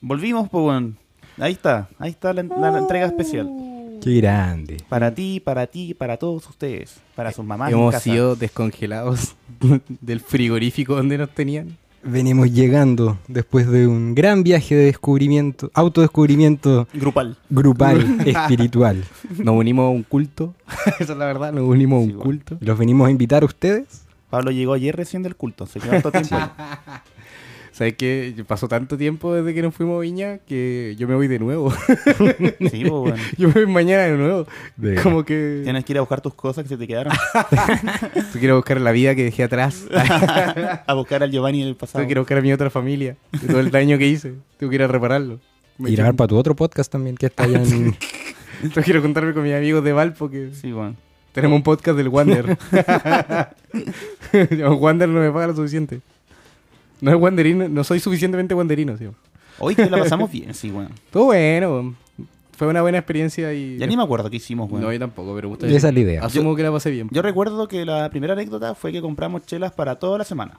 Volvimos, pues, weón. Ahí está, ahí está la, la- la entrega especial. Qué grande. Para ti, para ti, para todos ustedes, para sus mamás. en Hemos casa. sido descongelados del frigorífico donde nos tenían. Venimos llegando después de un gran viaje de descubrimiento, autodescubrimiento Grupal. grupal, espiritual. Nos unimos a un culto. Esa es la verdad, nos unimos a un Sí, bueno. culto. Los venimos a invitar a ustedes. Pablo llegó ayer recién del culto, se quedó harto tiempo ahí. ¿Sabes qué? Pasó tanto tiempo desde que nos fuimos a Viña que yo me voy de nuevo. Sí, pues, weón. yo me voy mañana de nuevo. De- Como que Tienes que ir a buscar tus cosas que se te quedaron. yo quiero buscar la vida que dejé atrás. a buscar al Giovanni del pasado. Yo quiero buscar a mi otra familia. de Todo el daño que hice. Tengo que ir a repararlo. Me Y grabar para tu otro podcast también que está allá en... Yo quiero contarme con mis amigos de Valpo que Sí, weón. tenemos un podcast del Wander. No, Wander no me paga lo suficiente. No es wanderino, no soy suficientemente wanderino, sí. Hoy que la pasamos bien, sí, weón. Todo bueno. Fue una buena experiencia y. Ya ni me acuerdo qué hicimos, weón. No, yo tampoco, pero me gusta Esa es la idea. Asumo que la pasé bien. Yo recuerdo que la primera anécdota fue que compramos chelas para toda la semana.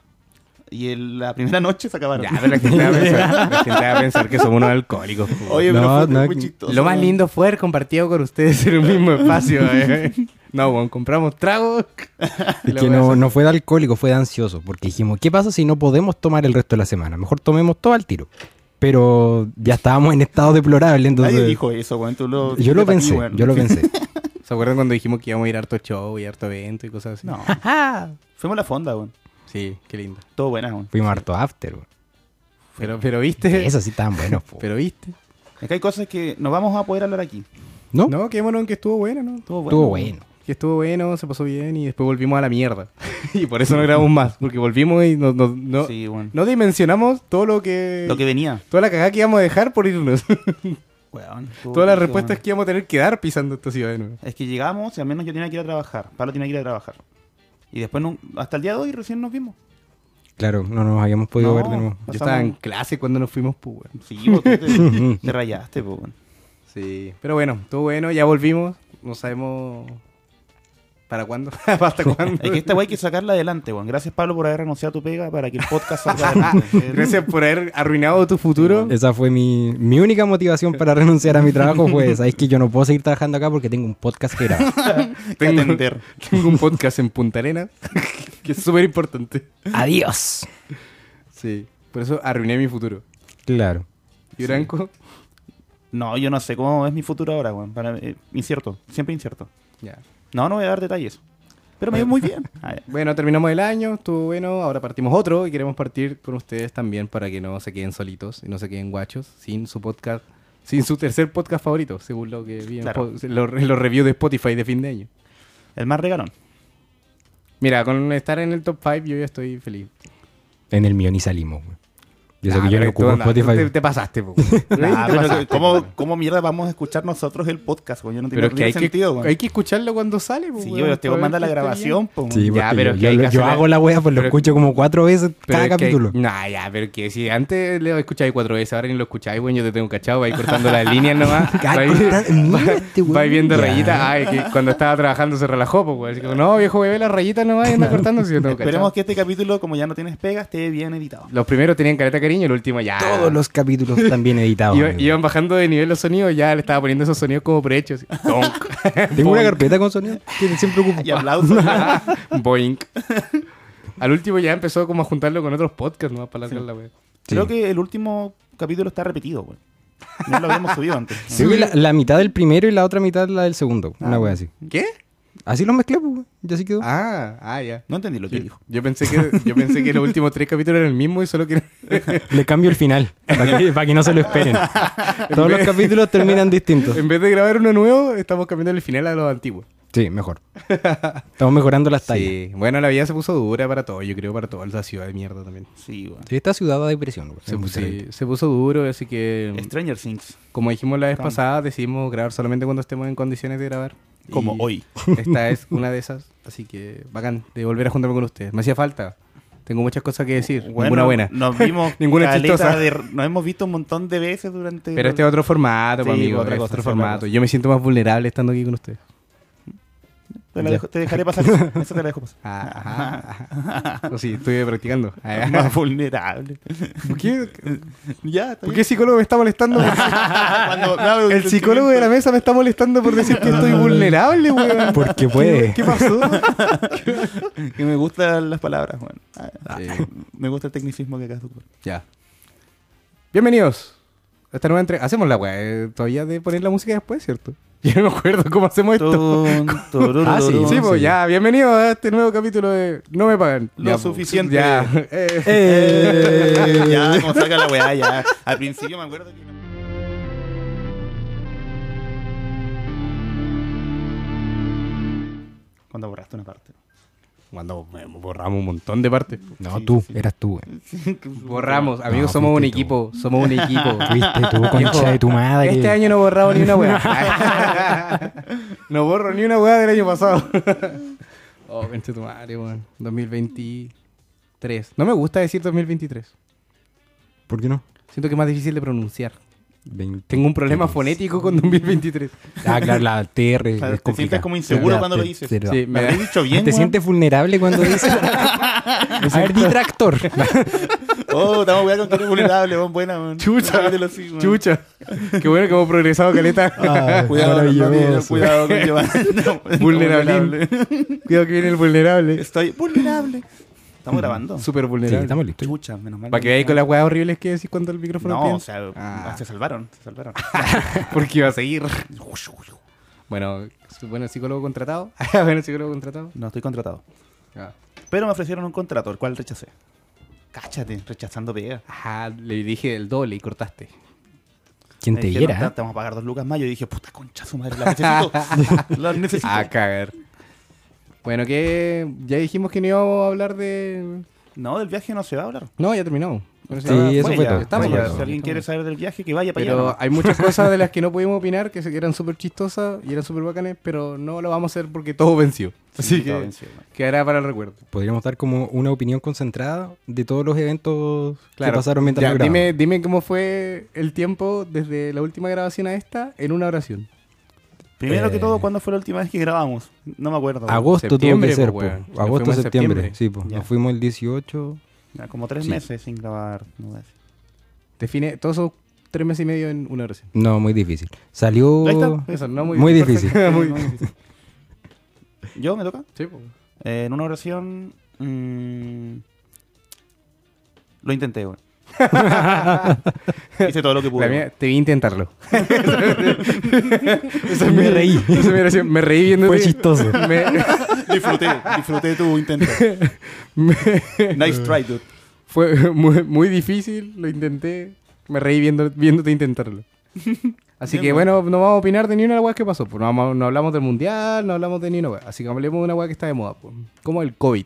Y el- la primera noche se acabaron. Ya, pero la gente va a pensar, la gente va a pensar que somos unos alcohólicos. po. Oye, pero No, fue no, muy chistoso. Lo más lindo fue haber compartido con ustedes en un mismo espacio. eh. No, bueno, compramos tragos. Es que no, no fue de alcohólico, fue de ansioso, porque dijimos, ¿qué pasa si no podemos tomar el resto de la semana? Mejor tomemos todo al tiro. Pero ya estábamos en estado deplorable, entonces... Nadie dijo eso, weón. Tú lo, yo lo para ti, pensé, weón. yo lo pensé. ¿Se acuerdan cuando dijimos que íbamos a ir a harto show y harto evento y cosas así? No. Fuimos a la fonda, weón. Sí, qué lindo. Todo buena, weón. Fuimos harto after, weón. Pero, pero viste. Eso sí estaban buenos, po. Pero viste. Es que hay cosas que no vamos a poder hablar aquí. ¿No? No, quedémonos en que estuvo bueno, ¿no? Estuvo bueno. Estuvo weón. bueno. Que estuvo bueno, se pasó bien y después volvimos a la mierda. y por eso no grabamos más, porque volvimos y no, no, no, Sí, weón. no dimensionamos todo lo que, Lo que venía. Toda la cagada que íbamos a dejar por irnos. Weón. estuvo Todas las brígido, respuestas weón. que íbamos a tener que dar pisando esta ciudad de nuevo. Es que llegamos y al menos yo tenía que ir a trabajar. Pablo tenía que ir a trabajar. Y después, no- hasta el día de hoy, recién nos vimos. Claro, no nos habíamos podido No. ver de nuevo. Yo estaba en Pasamos- clase cuando nos fuimos, pues, weón. Sí, vos tú te, te rayaste, po, weón. Sí. Pero bueno, todo bueno, ya volvimos. No sabemos para cuándo, hasta cuándo. Es que esta weá hay que sacarla adelante, weón. Gracias, Pablo, por haber renunciado a tu pega para que el podcast salga adelante. Gracias por haber arruinado tu futuro. Esa fue mi, mi única motivación para renunciar a mi trabajo, fue, sabéis que yo no puedo seguir trabajando acá porque tengo un podcast que grabar. que atender. tengo un podcast en Punta Arenas que es súper importante. Adiós. Sí. Por eso arruiné mi futuro. Claro. ¿Y Branco? No, yo no sé cómo es mi futuro ahora, weón. Para- eh, incierto, siempre incierto. Ya. No, no voy a dar detalles. Pero me dio muy bien. Ah, ya. Bueno, terminamos el año, estuvo bueno, ahora partimos otro y queremos partir con ustedes también para que no se queden solitos y no se queden guachos sin su podcast, sin su tercer podcast favorito, según lo que vi en Claro. po- en los en los reviews de Spotify de fin de año. El más regalón. Mira, con estar en el top 5 yo ya estoy feliz. En el mío ni salimos, güey. Y eso que Ah, yo pero no tú ocupo anda- Spotify. Te, te pasaste, po. Nah, Te pero pasaste, ¿cómo, po. ¿Cómo mierda vamos a escuchar nosotros el podcast, weón? Yo no tiene Pero es que hay, ningún sentido, que weón. hay que escucharlo cuando sale, po, Sí, weón, pero te para ver manda que la está bien. grabación, po, weón. Sí, Ya, porque pero yo, es que hay yo- que yo hacer la- hago la wea, pues lo pero- escucho como cuatro veces Pero cada es que hay- capítulo. Nah, ya, pero que si antes le escucháis cuatro veces, ahora ni lo escucháis, bueno, yo te tengo cachado, vais cortando las líneas nomás. Ah, vais- cortan- mira este weón. vais viendo Ya. rayitas. Ay, que cuando estaba trabajando se relajó, pues, weón. Así que, no, viejo, bebé, las rayitas nomás y anda cortando si yo tengo Esperemos cachado. que este capítulo, como ya no tienes pega, esté bien editado. Los primeros tenían careta cariño, el último ya. Todos los Ah, capítulos están bien editados. Iba- amigo. iban bajando de nivel los sonidos, ya le estaba poniendo esos sonidos como prehechos. así, Tonk. Tengo una carpeta con sonido que siempre ocupo. Y aplausos. Boink. Al último ya empezó como a juntarlo con otros podcasts, nomás para alargar la wea. Creo Sí. que el último capítulo está repetido, weón. No lo habíamos subido antes. Creo que la, la mitad del primero y la otra mitad la del segundo. una wea así. ¿Qué? Así los mezclé, pues, güey. Y así quedó. Ah, ah, ya. No entendí lo que dijo. Yo pensé que, yo pensé que los últimos tres capítulos eran el mismo y solo que Le cambio el final para que, para que no se lo esperen. Todos los capítulos terminan distintos. en vez de grabar uno nuevo, estamos cambiando el final a los antiguos. Sí, mejor. Estamos mejorando las tallas. Sí. Sí, bueno, la vida se puso dura para todos, yo creo, para toda la ciudad de mierda también. Sí, weón. esta ciudad da depresión, güey. Se, Es muy sí, terrible. se puso duro, así que Stranger Things. como dijimos la vez Cam- pasada, decidimos grabar solamente cuando estemos en condiciones de grabar. Como Y hoy. Esta es una de esas, así que bacán de volver a juntarme con ustedes. Me hacía falta. Tengo muchas cosas que decir, ninguna Bueno, buena. Nos vimos Ninguna caleta chistosa. de- nos hemos visto un montón de veces durante. Pero este es otro formato, Sí, pues, amigo, otra es cosa, otro otra formato. cosa. Yo me siento más vulnerable estando aquí con ustedes. Te, la Ya. dejo- te dejaré pasar. esa Esa te la dejo pasar. Ajá. No, sí, estuve practicando. Más vulnerable. ¿Por qué, ya, está por qué bien. el psicólogo me está molestando? Cuando me abro un El psicólogo de la mesa me está molestando por decir que estoy vulnerable, weón. Porque puede. ¿Qué pasó? sentimiento Que me gustan las palabras, bueno. Sí. Me gusta el tecnicismo que acá ocurre. Ya. Bienvenidos a esta nueva entrega. Hacemos la weá eh, todavía de poner la música después, ¿cierto? Yo no me acuerdo cómo hacemos esto. Ah, sí, Sí, pues sí. ya, bienvenidos a este nuevo capítulo de No me pagan. Lo Ya, pues, suficiente. Ya. Eh. Eh. ya, como saca la weá, ya. Al principio me acuerdo que. no- Cuando borraste una parte. Cuando eh, borramos un montón de partes. No, Sí, tú, sí. eras tú, güey. Borramos, amigos, No, somos un fuiste tú. equipo. Somos un equipo. Fuiste tú, concha de tu madre. Este que- año no he borrado ni una weá. no borro ni una weá del año pasado. oh, vente tu madre, weón. 2023. No me gusta decir 2023. ¿Por qué no? Siento que es más difícil de pronunciar. Veinte- Tengo un problema fonético con 2023. Ah, claro, la TR. Claro, te es sientes complicada. como inseguro Ya, cuando lo te- dices. te- Sí, ¿Me me da- habéis dicho bien? ¿Te weón? sientes vulnerable cuando dices? a ver, di tractor. Oh, estamos weá con que eres vulnerable, weón. Buena, weón. Chucha, Dímelo así, weón. chucha. Qué bueno que hemos progresado, Caleta. Ah, Cuidado, no, no, maravilloso. cuidado con llevar. no, Vulnerable. Cuidado que viene el vulnerable. Estoy vulnerable. Estamos grabando. Súper Sí, vulnerable. estamos listos. Chucha, menos mal. Mm. Para que veáis con las weas horribles que decís cuando el micrófono No, piensa. o sea, Ah. se salvaron, se salvaron. Porque iba a seguir. Bueno, su- bueno, psicólogo contratado. Ah, bueno, psicólogo contratado. No estoy contratado. Ah. Pero me ofrecieron un contrato, el cual rechacé. Cáchate, rechazando pega. Ajá, Ah, le dije el doble y cortaste. Quien Me te dijeron, diera. "Ta- Te vamos a pagar dos lucas más. Yo dije, puta concha su madre, la necesito. la necesito. A Ah, cagar. Bueno, que ya dijimos que no íbamos a hablar de. No, del viaje no se va a hablar. No, ya terminamos. Bueno, Sí, estaba- eso Fue fue ya, todo, fue estamos ya. hablando. Si alguien quiere saber del viaje, que vaya para allá. Pero nomás. hay muchas cosas de las que no pudimos opinar que se- que eran súper chistosas y eran súper bacanes, pero no lo vamos a hacer porque todo venció. Así Sí, que todo vencido, ¿no? quedará para el recuerdo. Podríamos dar como una opinión concentrada de todos los eventos Claro. que pasaron mientras Ya, lo grabamos. dime, dime cómo fue el tiempo desde la última grabación a esta en una oración. Primero que Eh. todo, ¿cuándo fue la última vez que grabamos? No me acuerdo. weón. Agosto tuvo Septiembre, que ser, po, po. weón. Nos Agosto, fuimos en septiembre. septiembre. Sí, po. Ya. Nos fuimos el 18. Ya, Como tres Sí. meses sin grabar. no sé. Define todos esos tres meses y medio en una oración. No, muy difícil. Ahí Salió. está. Eso, no muy, Muy perfecto. difícil. No, Muy- no, no, no. ¿Yo me toca? Sí, po. Eh, en una oración. mm, lo intenté, weón. Hice todo lo que pude. La mía, te vi intentarlo. Esa es Me mi- reí. esa es mi oración. Me reí viendo. Fue chistoso. weón. Disfruté, disfruté tu intento. nice try, dude. fue muy, muy difícil, lo intenté. Me reí viendo, viéndote intentarlo. Así Bien, que bueno, no vamos a opinar de ni una weá que pasó. pues, no, vamos- no hablamos del mundial, no hablamos de ni una weá. Así que hablemos de una weá que está de moda. pues, Como el COVID.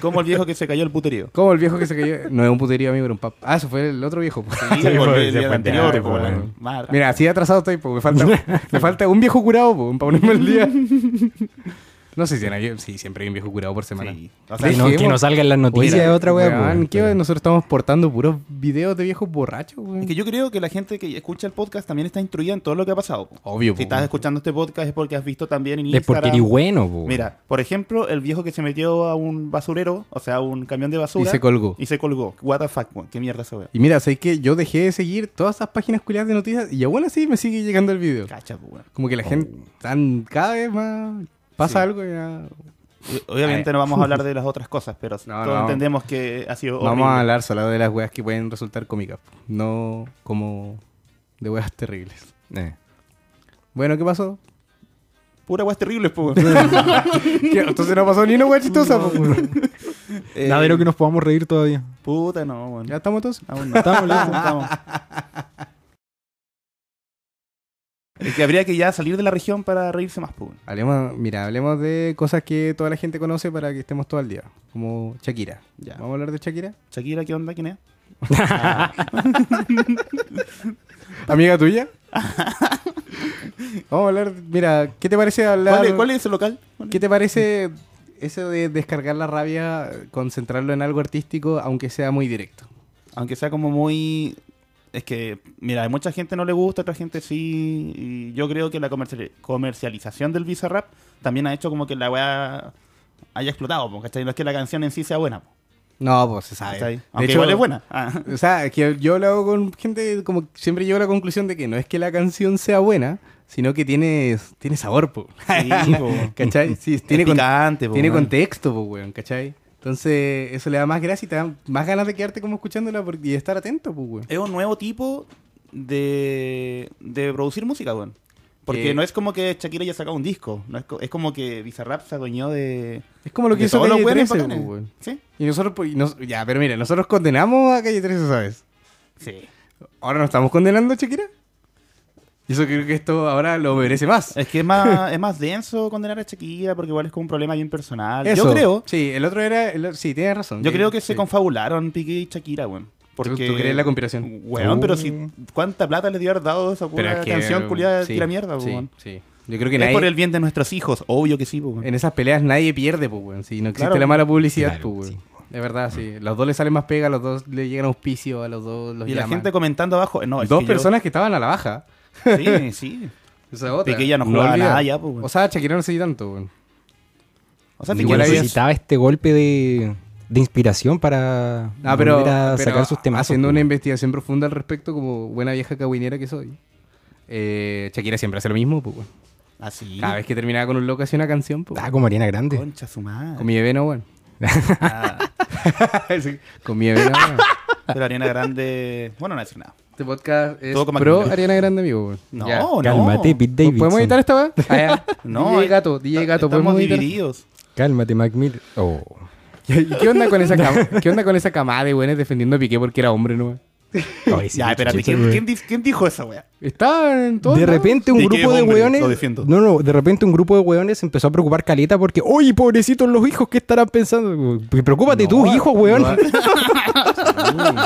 Como el viejo que se cayó el puterío. Como el viejo que se cayó. No es un puterío amigo, era un pap. Ah, eso fue el otro viejo. pues. Sí, fue- porque el se día fue anterior, pues, antes, po, po, weón. weón. Madre. Mira, así atrasado estoy, pues me falta, me falta un viejo curado, pues, para ponerme el día. No sé si en avión- sí, siempre hay un viejo curado por semana. Sí. O sea, Que no, que no salgan las noticias Oye, de otra wea, po, weón, pues, weón. ¿qué weón? Nosotros estamos portando puros videos de viejos borrachos, weón. es que yo creo que la gente que escucha el podcast también está instruida en todo lo que ha pasado. po. Obvio, Si po, estás weón. escuchando este podcast es porque has visto también en Es porque Instagram. eres bueno, po. Mira, por ejemplo, el viejo que se metió a un basurero, o sea, a un camión de basura. Y se colgó. Y se colgó. What the fuck, weón. Qué mierda se ve. Y mira, sé que yo dejé de seguir todas esas páginas culiadas de noticias y aún así me sigue llegando el video. Cacha, po, weón. Como que la gente tan cada vez más pasa Oh. Sí. algo y ya. O- Obviamente Ay. no vamos a hablar de las otras cosas, pero Eh, No, todos no. entendemos que ha sido horrible. Vamos a hablar solo de las weas que pueden resultar cómicas, no como de weas terribles. Eh. Bueno, ¿qué pasó? Pura weas terribles, po. ¿Qué? Entonces no pasó ni una wea chistosa. po, weón. Eh, Nada de lo que nos podamos reír todavía. Puta, no, weón. ya estamos todos. Aún no. Estamos listos. Estamos. Es que habría que ya salir de la región para reírse más, po. weón. Hablemos, mira, hablemos de cosas que toda la gente conoce para que estemos todo al día. Como Shakira. Ya. ¿Vamos a hablar de Shakira? Shakira, ¿qué onda? ¿Quién es? ¿Amiga tuya? Vamos a hablar, mira, ¿qué te parece hablar? ¿Cuál, es- cuál es el local? ¿Cuál es? ¿Qué te parece eso de descargar la rabia, concentrarlo en algo artístico, aunque sea muy directo? Aunque sea como muy Es que, mira, a mucha gente no le gusta, a otra gente sí. Y yo creo que la comerciali- comercialización del Bizarrap también ha hecho como que la weá haya explotado, po, ¿cachai? No es que la canción en sí sea buena, po, No, pues se sabe. ¿cachai? De Aunque hecho, igual es buena. Ah. O sea, que yo lo hago con gente, como siempre llego a la conclusión de que no es que la canción sea buena, sino que tiene, tiene sabor, po. Sí, po. ¿Cachai? Sí, tiene, Es con- picante, po, tiene weón. contexto, po, weón, ¿cachai? Entonces, eso le da más gracia y te da más ganas de quedarte como escuchándola por- y estar atento, pues, weón. Es un nuevo tipo de, de producir música, weón. Porque Que- no es como que Shakira haya sacado un disco. No es, co- es como que Bizarrap se adueñó de. Es como lo que de hizo todos los Calle weones 13, po, bacanes. weón. Sí. Y nosotros, pues, y nos- ya, pero mira, nosotros condenamos a Calle 13, ¿sabes? Sí. Ahora nos estamos condenando, Shakira. Y eso creo que esto ahora lo merece más. Es que es más, es más denso condenar a Shakira porque igual es como un problema bien personal. Eso. Yo creo. Sí, el otro era. el- sí, tienes razón. Yo Sí, creo que sí. se confabularon Piqué y Shakira, weón. Porque, tú crees en la conspiración? Weón, pero Uh. si. ¿Cuánta plata les dio haber dado a esa Pero pura es que- canción culiada sí, tira mierda, sí, weón? sí. Yo creo que Es nadie, por el bien de nuestros hijos, obvio que sí, weón. en esas peleas nadie pierde, pues, weón. Si no existe Claro. la mala publicidad, Claro, pues, sí. weón. Es verdad, sí. Los dos le salen más pega, a los dos le llegan auspicio, a los dos los Y la llaman. gente comentando abajo. No, es dos que yo- personas que estaban a la baja. Sí, sí. Esa es otra. Piqué ya no jugaba olvida. nada ya, pues, weón. O sea, Shakira no sé tanto, weón. O sea, Yo Piqué Igual no había- sé si- necesitaba este golpe de, de inspiración para Ah, pero, volver a pero sacar sus temas. haciendo em- una investigación profunda al respecto, como buena vieja cagüinera que soy, eh, Shakira siempre hace lo mismo, pues, weón. Así. Cada vez que terminaba con un loco hacía una canción, pues, Ah, weón. como Ariana Grande. Concha su madre. con mi bebé no, weón. Ah, Sí, con mi bebé no, weón. pero Ariana Grande. Bueno, no decir nada. Este podcast es Todo con pro maquillaje. Ariana Grande, amigo. weón. No, Ya. no. Cálmate, Pete Davidson. ¿Podemos editar esta weá? Ah, ya. No, DJ eh, Gato, DJ está- Gato, Estamos podemos editar. divididos. Cálmate, Mac Miller. Oh. ¿Y qué onda con esa, cam- ¿qué onda con esa camada de weones defendiendo a Piqué porque era hombre, no? weón? Ay, sí, ya, espérate, chucha, ¿quién, weón. quién di- quién dijo esa weá? Estaba en todo. de repente un Sí, que grupo es de hombre, hueones. lo defiendo. No, no, de repente un grupo de hueones se empezó a preocupar caleta porque, oye, pobrecitos los hijos, ¿qué estarán pensando? Pues Preocúpate No, tú, hijo, hueón. no. Mm.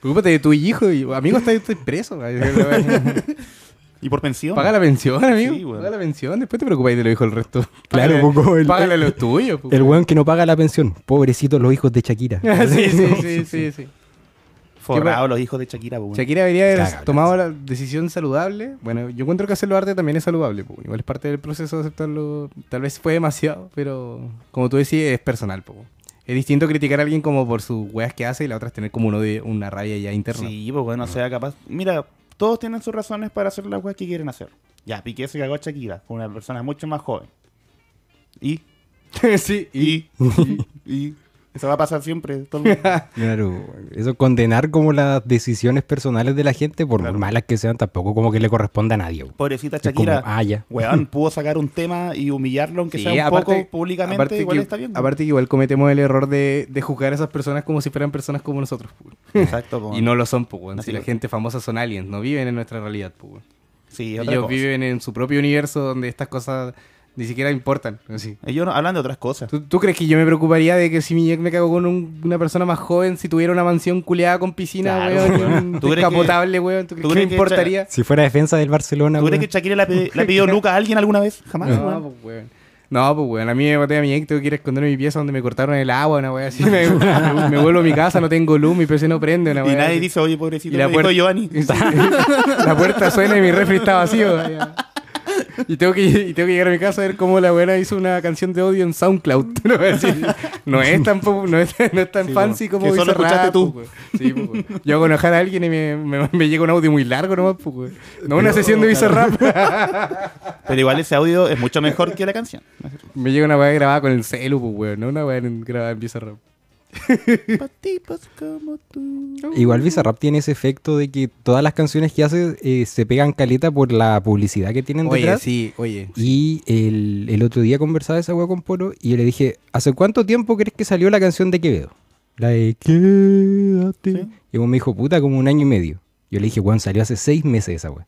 Preocúpate de tu hijo y amigo, está, estoy preso. weón. ¿Y por pensión? Paga la pensión, amigo. Sí, weón. Paga la pensión, después te preocupáis de lo hijo del resto. Claro, Págale- poco el- Págale a los tuyos. po. El hueón que no paga la pensión. Pobrecitos los hijos de Shakira. sí, sí, sí, sí, sí. Forrado los hijos de Shakira, pues, po, weón. Shakira debería haber Caga, tomado la decisión saludable. Bueno, yo encuentro que hacerlo arte también es saludable. po. Igual es parte del proceso de aceptarlo. Tal vez fue demasiado, pero como tú decís, es personal. po. Es distinto criticar a alguien como por sus weas que hace y la otra es tener como uno de una rabia ya interna. Sí, pues bueno, sea capaz. Mira, todos tienen sus razones para hacer las weas que quieren hacer. Ya, Piqué se cagó a Shakira, con una persona mucho más joven. Y, sí, y y, y, y. Eso va a pasar siempre. todo el- Claro, eso condenar como las decisiones personales de la gente, por Claro. malas que sean, tampoco como que le corresponde a nadie. weón. Pobrecita Es como, Shakira. ah, ya. Weón, pudo sacar un tema y humillarlo, aunque Sí, sea un aparte- poco públicamente, aparte igual que- está bien. weón. Aparte que igual cometemos el error de, de juzgar a esas personas como si fueran personas como nosotros. po. pues. Exacto, po. Y no lo son, po, weón. Así Si la es. gente famosa son aliens, no viven en nuestra realidad, po, weón. Sí, otra Ellos cosa. viven en su propio universo donde estas cosas ni siquiera importan. así. Ellos no- hablan de otras cosas. ¿Tú, tú crees que yo me preocuparía de que si mi ex me cago con un- una persona más joven, si tuviera una mansión culeada con piscina, Claro, weón, weón. ¿Tú y un crees que- descapotable, weón? ¿Tú crees tú que me crees que importaría? Si fuera defensa del Barcelona, ¿Tú crees weón. que Shakira la, pide- la pidió Luca a alguien alguna vez? Jamás, No, Ah, weón. pues, weón. No, pues, weón. A mí me maté a mi ex, tengo que ir a esconder en mi pieza donde me cortaron el agua, una weá así. Me, me- me vuelvo a mi casa, no tengo luz, mi PC no prende, una Y weá nadie así. dice, oye, pobrecito, Y la me dijo puerta- Giovanni. la puerta suena y mi refri está vacío. ya. Y tengo, que, y tengo que llegar a mi casa a ver cómo la buena hizo una canción de odio en SoundCloud. No, voy a decir, no es tan, po- no es, no es tan Sí, fancy po. como Que solo Bizarrap, escuchaste tú. po, weón. Sí, po, weón. Yo hago enojar a alguien y me, me- me llega un audio muy largo nomás. po, weón. no una sesión de Bizarrap. Pero igual ese audio es mucho mejor que la canción. me llega una weá grabada con el celu, po, weón, no una weá en- grabada en Bizarrap. Pa' tipos como tú. Igual Bizarrap tiene ese efecto de que todas las canciones que hace eh, se pegan caleta por la publicidad que tienen Oye, detrás. sí, oye. Y el, el otro día conversaba esa weá con Polo y yo le dije, ¿hace cuánto tiempo crees que salió la canción de Quevedo? La de Quédate. Sí. Y uno me dijo, puta, como un año y medio. Yo le dije, weón, salió hace seis meses esa weá.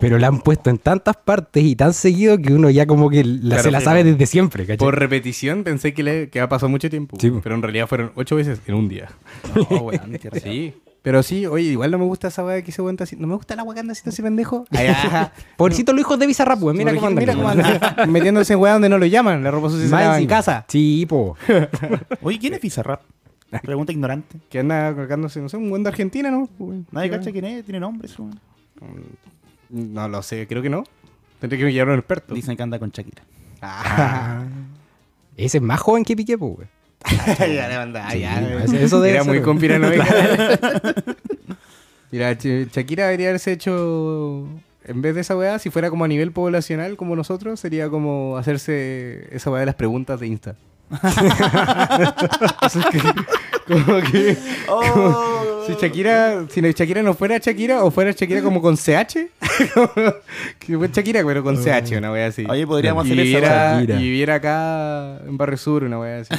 Pero la han puesto en tantas partes y tan seguido que uno ya como que la, Claro, se la sí, sabe po. desde siempre, ¿cachai? Por repetición pensé que, le, que había pasado mucho tiempo, Sí, po. pero en realidad fueron ocho veces en un día. sí. Pero sí, oye, igual no me gusta esa weá que se cuenta así. No me gusta la weá que anda haciendo ese pendejo. Pobrecito los hijos de Bizarrap, weón, Ah, mira Mira cómo andan. cómo anda. Metiéndose en weá donde no lo llaman. La ropa sucia se Más lava en encima. casa. Sí, po. Oye, ¿quién es Bizarrap? Pregunta ignorante. Que anda colocándose, no sé, un buen de Argentina, ¿no? Uy, Nadie qué cacha quién es, tiene nombre. eso. Mm, No lo sé, creo que no. Tendré que llevar a un experto. Dicen que anda con Shakira. Ah, Ese es más joven que Piqué, pues, güey. ya le Ah, mandaba, Sí, ya. no, eso- eso debe Era ser, muy güey. conspiranoica. Mira, Ch- Shakira debería haberse hecho. En vez de esa weá, si fuera como a nivel poblacional, como nosotros, sería como hacerse esa weá de las preguntas de Insta. Eso es que- como que. Oh. como- si Shakira, si no- Shakira no fuera Shakira, o fuera Shakira como con CH. que fue Shakira, pero con CH, una weá así. Oh. Oye, podríamos y hacer eso. weá. viviera, y Shakira. viviera acá en Barrio Sur, una weá así.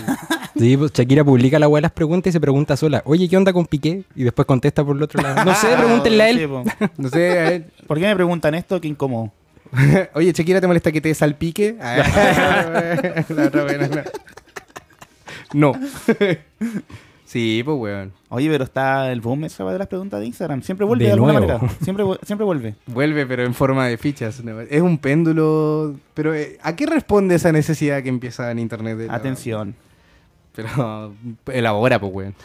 Sí, pues Shakira publica la weá de las preguntas y se pregunta sola, oye, ¿qué onda con Piqué? Y después contesta por el otro lado. No sé, Ah, pregúntenle a sí, él. po. No sé, a ver, ¿Por qué me preguntan esto? Qué incómodo. Oye, Shakira, ¿te molesta que te salpique? Ah, la otra buena, no. No. sí, pues, weón. Oye, pero está el boom esa de las preguntas de Instagram. Siempre vuelve de, De alguna nuevo. manera. Siempre, vu- siempre vuelve. Vuelve, pero en forma de fichas. ¿no? Es un péndulo. Pero, eh, ¿a qué responde esa necesidad que empieza en Internet? de la- Atención. Pero, elabora, pues, weón.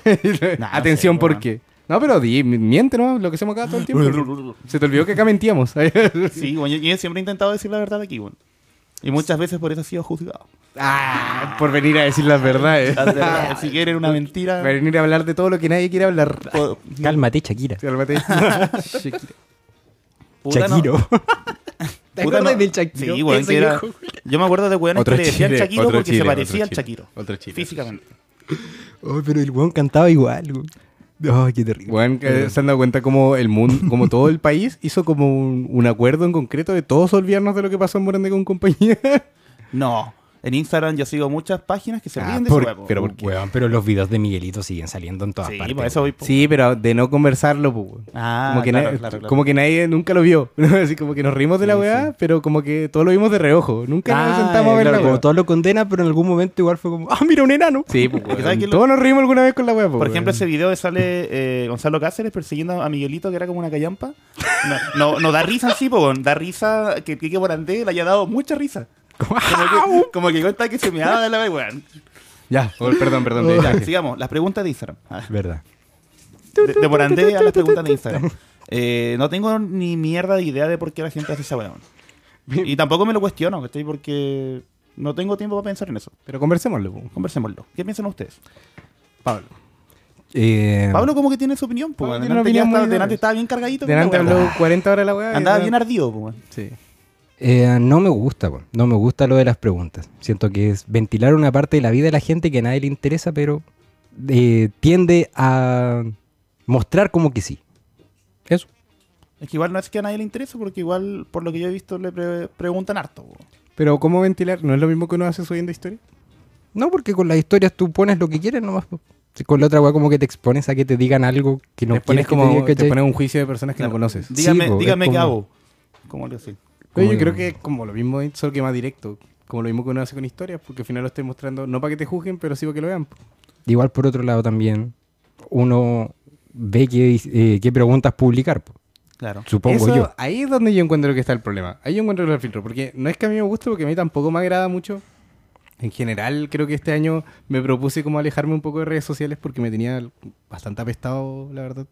no Atención, sé, ¿por weón. qué? No, pero di, miente, ¿no? Lo que hacemos acá todo el tiempo. Se te olvidó que acá mentíamos. Sí, bueno, yo, yo siempre he intentado decir la verdad aquí, bueno. Y muchas veces por eso he sido juzgado. ah, por venir a decir las verdades. si quieren una mentira, Por venir a hablar de todo lo que nadie quiere hablar. po- Cálmate, Shakira. Cálmate. Shakira. puta, no- Shakiro. ¿Te Puta, acuerdas no. del Shakiro? Sí, weón, Ese que era- viejo, güey. Yo me acuerdo de weones Otro que le decían Chile, Shakiro otro porque Chile, se parecía otro al Chile, Shakiro. otro Chile. Físicamente. Ay, pero el weón cantaba igual, güey. Ay, qué terrible. Weón, que se han dado cuenta como el mundo, como todo el país hizo como un, un acuerdo en concreto de todos olvidarnos de lo que pasó en Morandé con compañía. No. En Instagram yo sigo muchas páginas que se Ah, ríen de por- su huevo. pero por qué? Weón, pero los videos de Miguelito siguen saliendo en todas Sí, partes. por eso voy po- Sí, pero de no conversarlo, pues. weón. Ah, como, que claro, na- claro, claro. como que nadie nunca lo vio. ¿no? Así como que nos rimos de la Sí, weá, pero como que todos lo vimos de reojo. Nunca Ah, nos sentamos a claro, ver la como weá. todos lo condenan, pero en algún momento igual fue como, ah, mira un enano. Sí, pues, que weón. sabes que lo- Todos nos rimos alguna vez con la weá, pues, Por ejemplo, ese video que sale eh, Gonzalo Cáceres persiguiendo a Miguelito, que era como una callampa. No, no, no da risa en sí, po, weón. da risa que Pique Morandé le haya dado mucha risa. Como que, como que cuenta que se me daba de la vez, weón. Ya, oh, perdón, perdón. te Ya, dije. sigamos, las preguntas de Instagram. Ah, Verdad. De, de Morandé a las preguntas de Instagram. Eh, no tengo ni mierda de idea de por qué la gente hace esa weón. Y tampoco me lo cuestiono, ¿cachai? Porque no tengo tiempo para pensar en eso. Pero conversémoslo, pues. Conversémoslo. ¿Qué piensan ustedes? Pablo. Eh, Pablo como que tiene su opinión, pues. Pablo weón. tiene una Delante ya opinión estaba- muy- Delante estaba bien cargadito. con la Delante weón. habló 40 horas la weá. Andaba bien ardido, pues. weón. Sí. eh, no me gusta, weón. no me gusta lo de las preguntas. Siento que es ventilar una parte de la vida de la gente que a nadie le interesa, pero eh, tiende a mostrar como que sí. Eso. Es que igual no es que a nadie le interese, porque igual, por lo que yo he visto, le pre- preguntan harto. pues, po. Pero ¿cómo ventilar? ¿No es lo mismo que uno hace subiendo historia? No, porque con las historias tú pones lo que quieres nomás. po. Si Con la otra weá como que te expones a que te digan algo que no te quieres pones que te como digan, te ¿cachai? pones un juicio de personas que no conoces. Sí, Dígame, po, es dígame qué como- hago. ¿Cómo le decís? Pero yo Como- creo que es como lo mismo, solo que más directo. Como lo mismo que uno hace con historias, porque al final lo estoy mostrando, no para que te juzguen, pero sí para que lo vean. po. Igual por otro lado también, uno ve qué, eh, qué preguntas publicar, po. Claro. supongo Eso- yo. Ahí es donde yo encuentro que está el problema. Ahí yo encuentro el filtro, porque no es que a mí me guste, porque a mí tampoco me agrada mucho. En general, creo que este año me propuse como alejarme un poco de redes sociales porque me tenía bastante apestado, la verdad.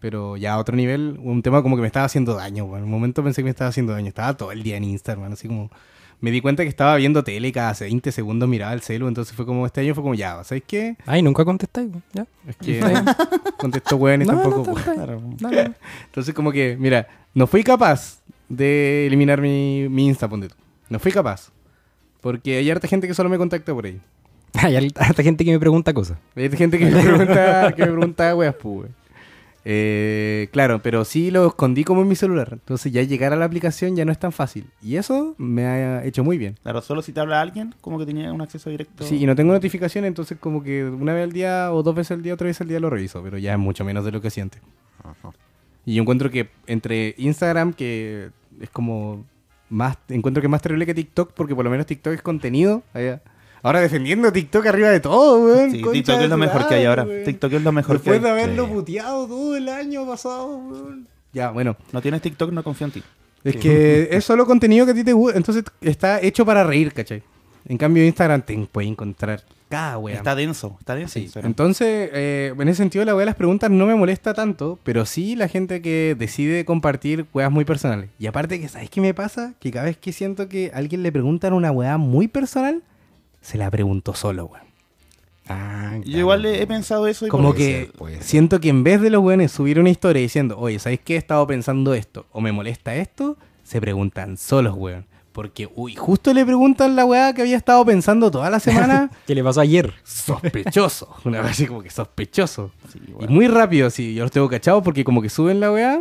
Pero ya a otro nivel, un tema como que me estaba haciendo daño, weón. En un momento pensé que me estaba haciendo daño. Estaba todo el día en Instagram, así como... Me di cuenta que estaba viendo tele y cada 20 segundos miraba el celu, entonces fue como este año fue como ya, ¿sabes qué? Ay, nunca contestáis, po, ¿ya? Es que contesto weones No, no, tampoco. está- weón. está Claro, bien. po. No, no, no. Entonces, como que, mira, no fui capaz de eliminar mi, mi Insta, ponte tú. No fui capaz. Porque hay harta gente que solo me contacta por ahí. Hay al- harta gente que me pregunta cosas. Hay harta gente que me pregunta, que me pregunta weas, pues, wey. Eh, claro, pero sí lo escondí como en mi celular. Entonces, ya llegar a la aplicación ya no es tan fácil. Y eso me ha hecho muy bien. Claro, solo si te habla alguien, como que tenía un acceso directo. Sí, y no tengo notificaciones, entonces como que una vez al día o dos veces al día, otra vez al día lo reviso, pero ya es mucho menos de lo que siente. Y yo encuentro que entre Instagram, que es como más, encuentro que es más terrible que TikTok, porque por lo menos TikTok es contenido. allá. Ahora defendiendo TikTok arriba de todo, weón. Sí, concha TikTok de es lo su mejor que hay madre, ahora. weón. TikTok es lo mejor que Después de hay. haberlo Sí. puteado todo el año pasado, weón. Ya, bueno. No tienes TikTok, no confío en ti. Es que es solo contenido que a ti te gusta. Entonces está hecho para reír, ¿cachai? En cambio, Instagram te puede encontrar cada wea. Está denso, está denso. Sí, Instagram. Entonces, eh, en ese sentido, la wea de las preguntas no me molesta tanto, pero sí la gente que decide compartir weas muy personales. Y aparte que, ¿sabes qué me pasa? Que cada vez que siento que a alguien le preguntan una wea muy personal, se la pregunto solo, weón. Ah, Yo igual eh, he, he pensado eso. y Como por- que ser, puede ser. siento que en vez de los weones subir una historia diciendo, oye, ¿sabéis qué he estado pensando esto? ¿O me molesta esto? Se preguntan solos, weón. Porque, uy, justo le preguntan la weá que había estado pensando toda la semana. ¿Qué le pasó ayer? sospechoso. Una vez así como que sospechoso. Sí, Y igual. muy rápido, sí. Yo los tengo cachados porque como que suben la weá.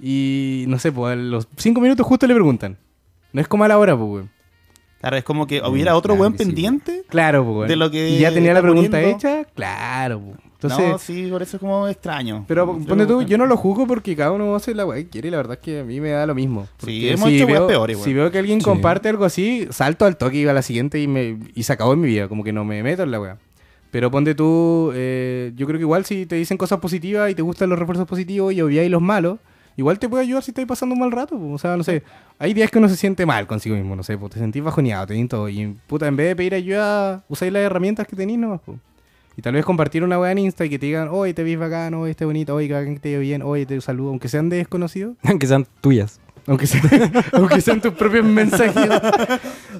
Y no sé, pues a los cinco minutos justo le preguntan. No es como a la hora, pues, weón. Claro, es como Mm, que hubiera otro claro buen que sí, pendiente. Claro, pues, weón. De lo que y ya tenía la está pregunta poniendo. hecha, claro, pues. Entonces, Entonces, no, sí, por eso es como extraño. Pero Yo- ponte tú, yo no lo juzgo porque cada uno hace la weá que quiere y la verdad es que a mí me da lo mismo. Porque hemos hecho weas veo, peores, weón. Si veo que alguien Sí. comparte algo así, salto al toque y va a la siguiente y, me, y se acabó en mi vida, como que no me meto en la weá. Pero ponte tú, eh, yo creo que igual si te dicen cosas positivas y te gustan los refuerzos positivos y obviáis los malos, igual te puede ayudar si estás pasando un mal rato. po. O sea, no sé, hay días que uno se siente mal consigo mismo, no sé, po, te sentís bajoneado, te sentís todo. Y puta, en vez de pedir ayuda, usáis las herramientas que tenéis nomás, po. Y tal vez compartir una weá en Insta y que te digan, oye, te ves bacán, oye, esté bonito, oye, que bacán que te veo bien, oye, te saludo, aunque sean de desconocidos, que sean tuyas. aunque sean, aunque sean tus propios mensajes, La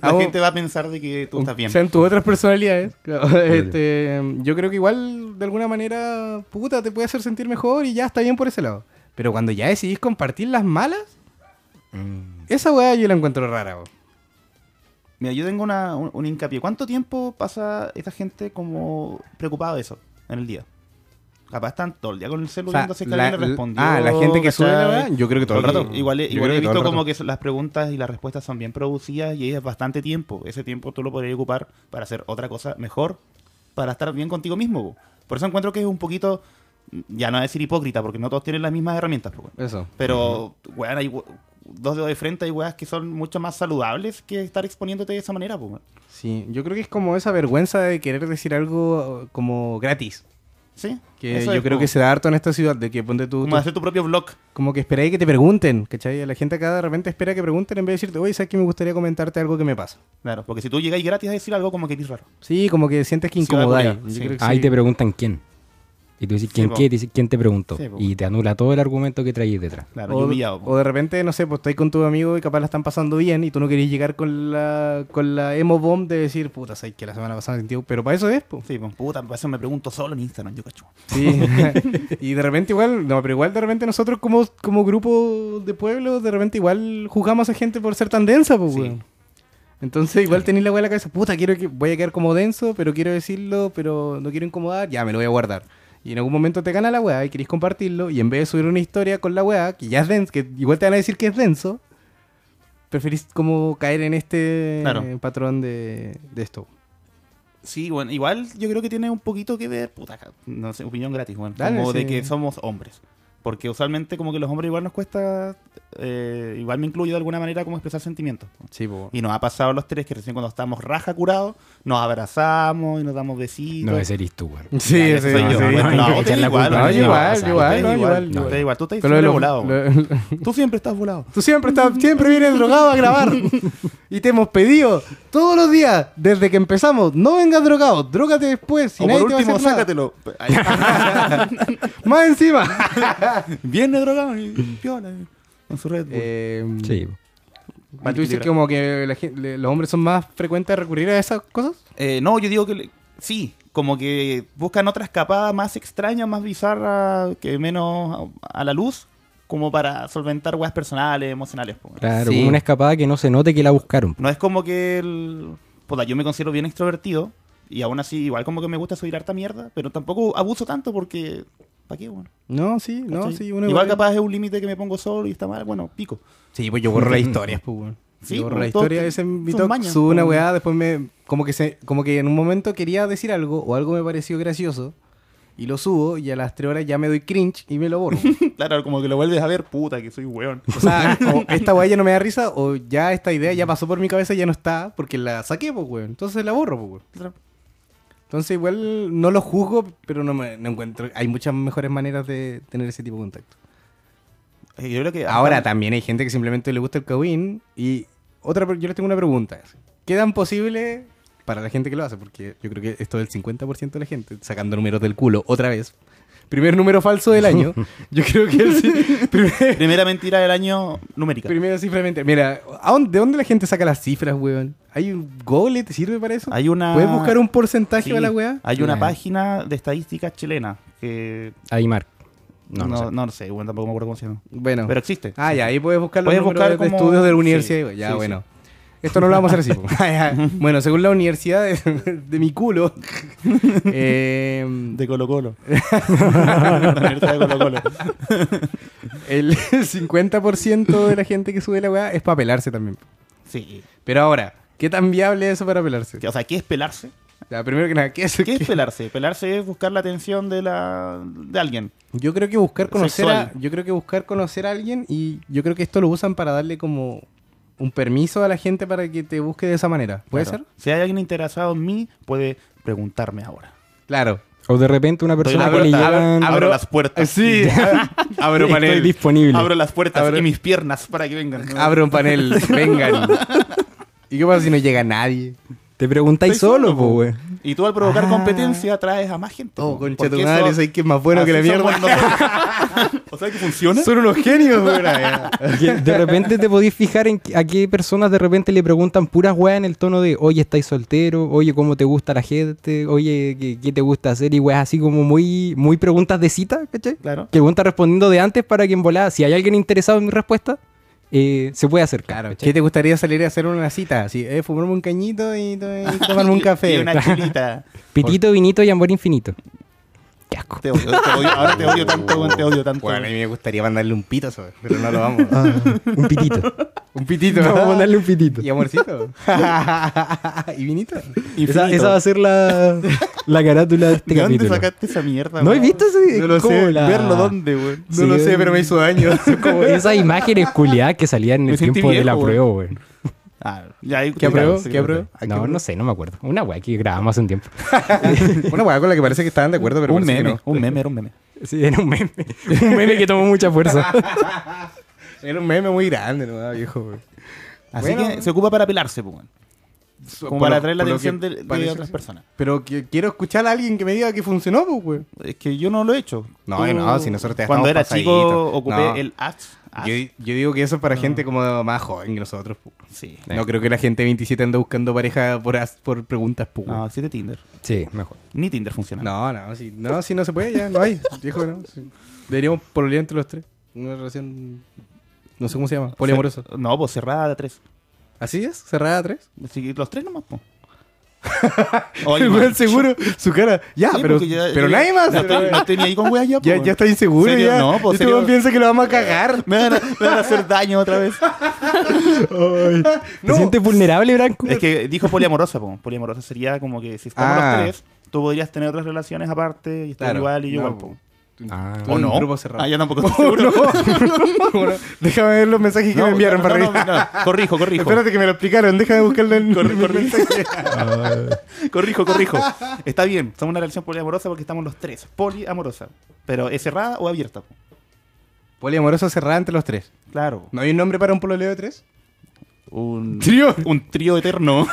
hago- gente va a pensar de que tú estás bien. Ah, sean tus otras personalidades. claro, este, yo creo que igual, de alguna manera, puta, te puede hacer sentir mejor y ya está bien por ese lado. Pero cuando ya decidís compartir las malas, esa weá yo la encuentro rara, weón. Mira, yo tengo una, un, un hincapié. ¿Cuánto tiempo pasa esta gente como preocupada de eso en el día? Capaz están todo el día con el O celular sea, viendo si es que la- alguien le respondió. ah, la gente que sube la weá, yo creo que todo Todo el rato. Igual, yo he- creo igual he que todo el visto rato. como que las preguntas y las respuestas son bien producidas y es bastante tiempo. Ese tiempo tú lo podrías ocupar para hacer otra cosa mejor, para estar bien contigo mismo. po. Por eso encuentro que es un poquito, ya no voy a decir hipócrita, porque no todos tienen las mismas herramientas. po, weón. Eso. Pero, weón, hay we- dos dedos de frente, hay weas que son mucho más saludables que estar exponiéndote de esa manera, pues. Sí, yo creo que es como esa vergüenza de querer decir algo eh, como gratis. Sí. Que eso yo es, creo po. que se da harto en esta ciudad, de que ponte tú... Como tú- hacer tu propio blog. como que esperáis que te pregunten, ¿cachai? La gente acá de repente espera que pregunten en vez de decirte, oye, ¿sabes que me gustaría comentarte algo que me pasa? Claro, porque si tú llegáis gratis a decir algo, como que eres raro. Sí, como que sientes que Sí, va a incomodáis. culiar, Yo sí. creo que Ahí sí. te preguntan quién. Y tú dices, ¿quién po. qué? Dices, ¿quién te preguntó? Sí, po. y te anula todo el argumento que traías detrás. Claro, yo O, humillado, po. o de repente, no sé, pues estáis con tu amigo y capaz la están pasando bien y tú no querés llegar con la, con la emo bomb de decir, puta, sabes que la semana pasada me sentí, pero para eso es, pues. Sí, po. puta, por eso me pregunto solo en Instagram, yo cacho. Sí. y de repente igual, no, pero igual de repente nosotros como, como grupo de pueblo, de repente igual juzgamos a gente por ser tan densa, pues, Sí. weón. Entonces igual tenéis la weá en la cabeza, puta, quiero que voy a quedar como denso, pero quiero decirlo, pero no quiero incomodar, ya me lo voy a guardar. Y en algún momento te gana la weá y queréis compartirlo, y en vez de subir una historia con la weá, que ya es denso, que igual te van a decir que es denso, preferís como caer en este Claro. eh, patrón de, de esto. Sí, bueno, igual yo creo que tiene un poquito que ver, puta, ca- no sé, opinión gratis, bueno, Dale, como sí. de que somos hombres. Porque usualmente como que los hombres igual nos cuesta, eh, igual me incluyo de alguna manera como expresar sentimientos. po. Sí, po. Y nos ha pasado a los tres que recién cuando estábamos raja curados, nos abrazamos y nos damos besitos. No, ese eres tú, güey. Sí, Ya, ese soy yo, yo. sí. Bueno, no, no, ustedes no, igual, no, ustedes igual, no, no, igual, ustedes no, igual, igual, ustedes igual, tú estás Pero siempre lo- volado. lo- Tú siempre estás volado. Tú siempre estás, siempre vienes drogado a grabar. Y te hemos pedido todos los días, desde que empezamos, no vengas drogado, drógate después. Si o nadie por te va a último, hacer nada. sácatelo. Ahí está. Más encima. Viene drogado y piola eh, con su red. Bull. Eh, Sí, po. ¿y ¿Tú dices que como que la gen- le- los hombres son más frecuentes a recurrir a esas cosas? Eh, no, yo digo que le- sí, como que buscan otra escapada más extraña, más bizarra, que menos a, a la luz, como para solventar weas personales, emocionales. po. Claro, Sí. como una escapada que no se note que la buscaron. po. No es como que el. Puta, yo me considero bien extrovertido. Y aún así, igual como que me gusta subir harta mierda. Pero tampoco abuso tanto porque. ¿Para qué, bueno? No, sí, no, ¿Cachai? sí. Uno igual capaz es un límite que me pongo solo y está mal. Bueno, pico. Sí, pues yo borro las historias, pues, weón. Sí, yo borro pues, las todos historias, te- ese son mi toc, mañas, subo una pues. weá, después me... Como que, se, como que en un momento quería decir algo, o algo me pareció gracioso, y lo subo, y a las tres horas ya me doy cringe y me lo borro. claro, como que lo vuelves a ver, puta, que soy weón. O sea, o esta weá ya no me da risa, o ya esta idea ya pasó por mi cabeza y ya no está, porque la saqué, pues, weón. Entonces la borro, pues, weón. Entonces igual no lo juzgo, pero no me no encuentro... Hay muchas mejores maneras de tener ese tipo de contacto. Eh, Yo creo que. Ahora también hay gente que simplemente le gusta el Kawin y otra pre- yo les tengo una pregunta. ¿Qué tan posible para la gente que lo hace, porque yo creo que esto del 50% de la gente, sacando números del culo otra vez, primer número falso del año, yo creo que el ci- primer- Primera mentira del año numérica. primera cifra de mente. Mira, ¿a dónde- ¿de dónde la gente saca las cifras, weón? ¿Hay un Google? ¿Te sirve para eso? Hay una. ¿Puedes buscar un porcentaje Sí, para la weá? Hay una Ya. página de estadísticas chilena que. Ahí, Mark. No, No, no, sé. sé, bueno, tampoco me acuerdo cómo se llama. Bueno. Pero existe. Ah, ya, ahí puedes buscar los Puedes números buscar de como- estudios de la sí, universidad. ya, sí, bueno. Esto no lo vamos a hacer así. po. Ya, ya. bueno, según la universidad de, de mi culo, eh, De Colo Colo. de Colo Colo. el 50% de la gente que sube la weá es para pelarse también. Sí. Pero ahora, ¿qué tan viable es eso para pelarse? O sea, ¿qué es pelarse? Ya, primero que nada, ¿qué es? ¿Qué qué- es pelarse? Pelarse es buscar la atención de la de alguien. Yo creo que buscar conocer a, Sexual. yo creo que buscar conocer a alguien y yo creo que esto lo usan para darle como un permiso a la gente para que te busque de esa manera. ¿Puede Claro. ser? Si hay alguien interesado en mí, puede preguntarme ahora. Claro. O de repente una persona que le puerta, llevan... abro- Abro- las puertas. Sí. abro Estoy panel. disponible. Abro las puertas Abro- y mis piernas para que vengan. Abro un panel. Vengan. ¿Y qué pasa si no llega nadie? Te preguntáis Estoy solo, solo, po, po. güey. Y tú al provocar Ah. competencia traes a más gente. Oh, Porque concha tu eso- madre, soy que es más bueno que la así mierda. somos nosotros. o sea que funciona. Son unos genios, güey. Ya. Y De repente te podéis fijar en que- a qué personas de repente le preguntan puras weas en el tono de oye, estáis soltero, oye, cómo te gusta la gente, oye, qué, qué te gusta hacer y weas así como muy, muy preguntas de cita, ¿cachai? Claro. Que pregunta respondiendo de antes para que en volada, si hay alguien interesado en mi respuesta, eh, se puede acercar. Claro, ¿cachai? ¿qué te gustaría salir a hacer una cita? Así, eh, fumarme un cañito y, to- y tomarme un Y café. una chulita. Pitito, vinito y amor infinito. Qué asco. Te odio, te odio. Ahora te odio tanto, weón, te odio tanto. Bueno, a mí me gustaría mandarle un pito, sobre, pero no lo vamos. a- Ah. Un pitito. Un pitito. Vamos a mandarle un pitito. Y amorcito. y vinito. Esa, esa va a ser la, la carátula de este ¿De dónde capítulo. sacaste esa mierda? ¿No he weón? visto ese? No lo como sé, la- ¿Verlo dónde, güey? No lo Sí, sé, un- pero me hizo daño. Como esas imágenes culiadas que salían en Me el sentí tiempo de la viejo, prueba, güey. Ah, ya, ahí- ¿Qué apruebo? Sí, ¿Qué apruebo? ¿A qué No, no sé, no me acuerdo. Una weá que grabamos hace un tiempo. Una weá con la que parece que estaban de acuerdo, pero un parece que meme, no. un meme, era un meme. Sí, era un meme. Un meme que tomó mucha fuerza. Era un meme muy grande, ¿no? Ah, Viejo, güey. Así Bueno. que se ocupa para pelarse, pues, weón. Como Por para lo- atraer la por lo atención que de, de parece, otras sí. personas. Pero que- quiero escuchar a alguien que me diga que funcionó, pues, güey. Es que yo no lo he hecho. No, no, si nosotros ya Cuando era estamos chico pasaditos. ocupé No. el ads. ads. Yo, yo digo que eso es para gente como más joven que nosotros, pues. Sí. Sí. No creo que la gente de 27 anda buscando pareja por, as- por preguntas, pues. güey. No, sí de Tinder. Sí, mejor. Ni Tinder funciona. No, no, si no, si no se puede, ya no hay. Viejo, no. sí. Deberíamos pololear entre los tres. Una relación. No sé cómo se llama. Poliamorosa. No, pues cerrada de tres. ¿Así es? ¿Cerrada a tres? Así que los tres nomás, pues. El weón seguro, su cara. Ya, ah, pero, pero nadie más. No estoy, no estoy ni ahí con weas ya, po, ya, weón. ya está inseguro. ¿Serio? Ya. No, pues, este serio. weón piensa que lo vamos a cagar. Me van, a, me van a hacer daño otra vez. ¿Te sientes vulnerable, Branco? Es que dijo poliamorosa, po. poliamorosa sería como que si estamos Ah. los tres, tú podrías tener otras relaciones aparte y estar Claro. igual y yo No, igual. po. Ah, Tú- ¿O un no? grupo cerrado. Ah, yo tampoco estoy seguro. Bueno, déjame ver los mensajes que No, me enviaron no, para no, revisar. no, no. Corrijo, corrijo. Espérate que me lo explicaron. Déjame buscarlo en Corri- mis corri- mensajes. Corrijo, corrijo. Está bien, somos una relación poliamorosa porque estamos los tres. Poliamorosa. Pero ¿es cerrada o abierta? po? Poliamoroso cerrada entre los tres. Claro. ¿No hay un nombre para un pololeo de tres? Un, Trío. un trío eterno.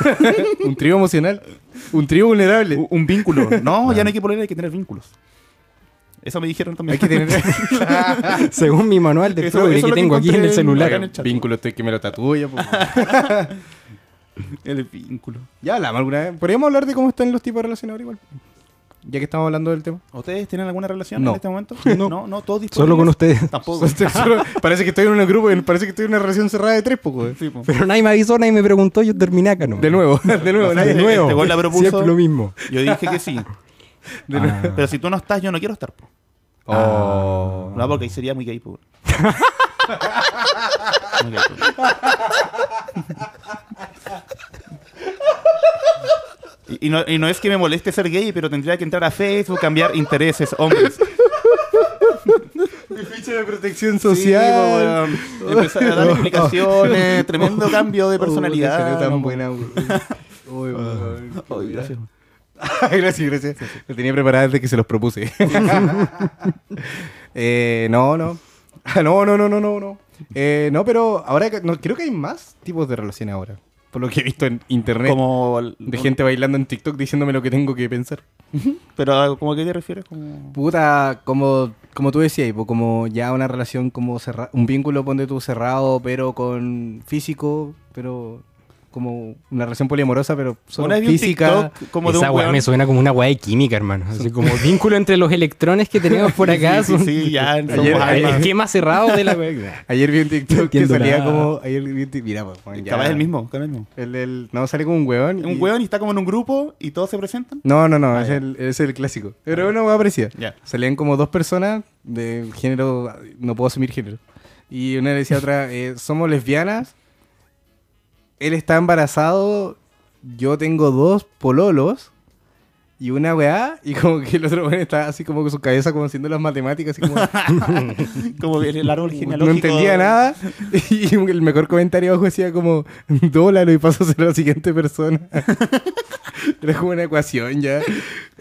un trío emocional. Un trío vulnerable. un un vínculo. No, ya no hay que poner, hay que tener vínculos. Eso me dijeron también. Hay que tener según mi manual de Eso- fraude eso es que lo que tengo aquí en el encontré en- acá celular. en el- chat. vínculo, estoy que me lo tatúe. po. el vínculo. ya hablamos alguna vez. Podríamos hablar de cómo están los tipos de relación ahora igual. Ya que estamos hablando del tema. ¿Ustedes tienen alguna relación No. en este momento? No. no, no, todos disponibles. Solo con ustedes. Tampoco. Solo- parece que estoy en un grupo, parece que estoy en una relación cerrada de tres, poco. Sí, po. Pero nadie me avisó, nadie me preguntó, yo terminé acá, ¿no? De nuevo, de nuevo, No, nadie- sí, De nuevo. Este güey la propuso. Siempre lo mismo. Yo dije que sí. de Ah. nuevo. Pero si tú no estás, yo no quiero estar. po. Oh. No, porque ahí sería muy gay, po. Muy gay, po. Y, y no, y no es que me moleste ser gay, pero tendría que entrar a Facebook, cambiar intereses, hombres. Mi ficha de protección Social. social. empezar a dar explicaciones, tremendo cambio de Oh, personalidad. salió tan no, po. buena, güey. Uy, güey. Ay, gracias. Ay, gracias, gracias. Lo tenía preparado desde que se los propuse. Eh, no, no. Ah, No, no, no, no, no, no. Eh, no, pero ahora que- no, creo que hay más tipos de relaciones ahora. por lo que he visto en internet. Como de gente bailando en TikTok diciéndome lo que tengo que pensar. Pero ah, ¿cómo a qué te refieres? Como... Puta, como, como tú decías, po, como ya una relación como cerrada, un vínculo, ponte tú, cerrado, pero con físico, pero como una relación poliamorosa, pero solo Una vez vi un física. TikTok Ah, como de Esa un weá weón- me suena como una weá de química, hermano. Así como vínculo entre los electrones que tenemos por acá. Sí, sí, son- sí, ya. somos Ayer- almas. el esquema cerrado de la weá. Ayer vi un TikTok No que entiendo salía nada. como. Ayer vi un TikTok. Mira, po, weón, ya. Capaz el mismo, capaz el mismo. El del- no, sale como un weón. y- Un weón y está como en un grupo y todos se presentan. No, no, no, Ah, es, ya. Ah, el, es el clásico. Pero una hueá parecida. Ya. Salían como dos personas de género, no puedo asumir género. Y una le decía a otra, eh, somos lesbianas, él está embarazado, yo tengo dos pololos y una weá, y como que el otro weón está así como con su cabeza como haciendo las matemáticas, así como Como el, el árbol no genealógico. entendía nada. Y el mejor comentario abajo decía como, dólar y paso a ser la siguiente persona. Era como una ecuación ya.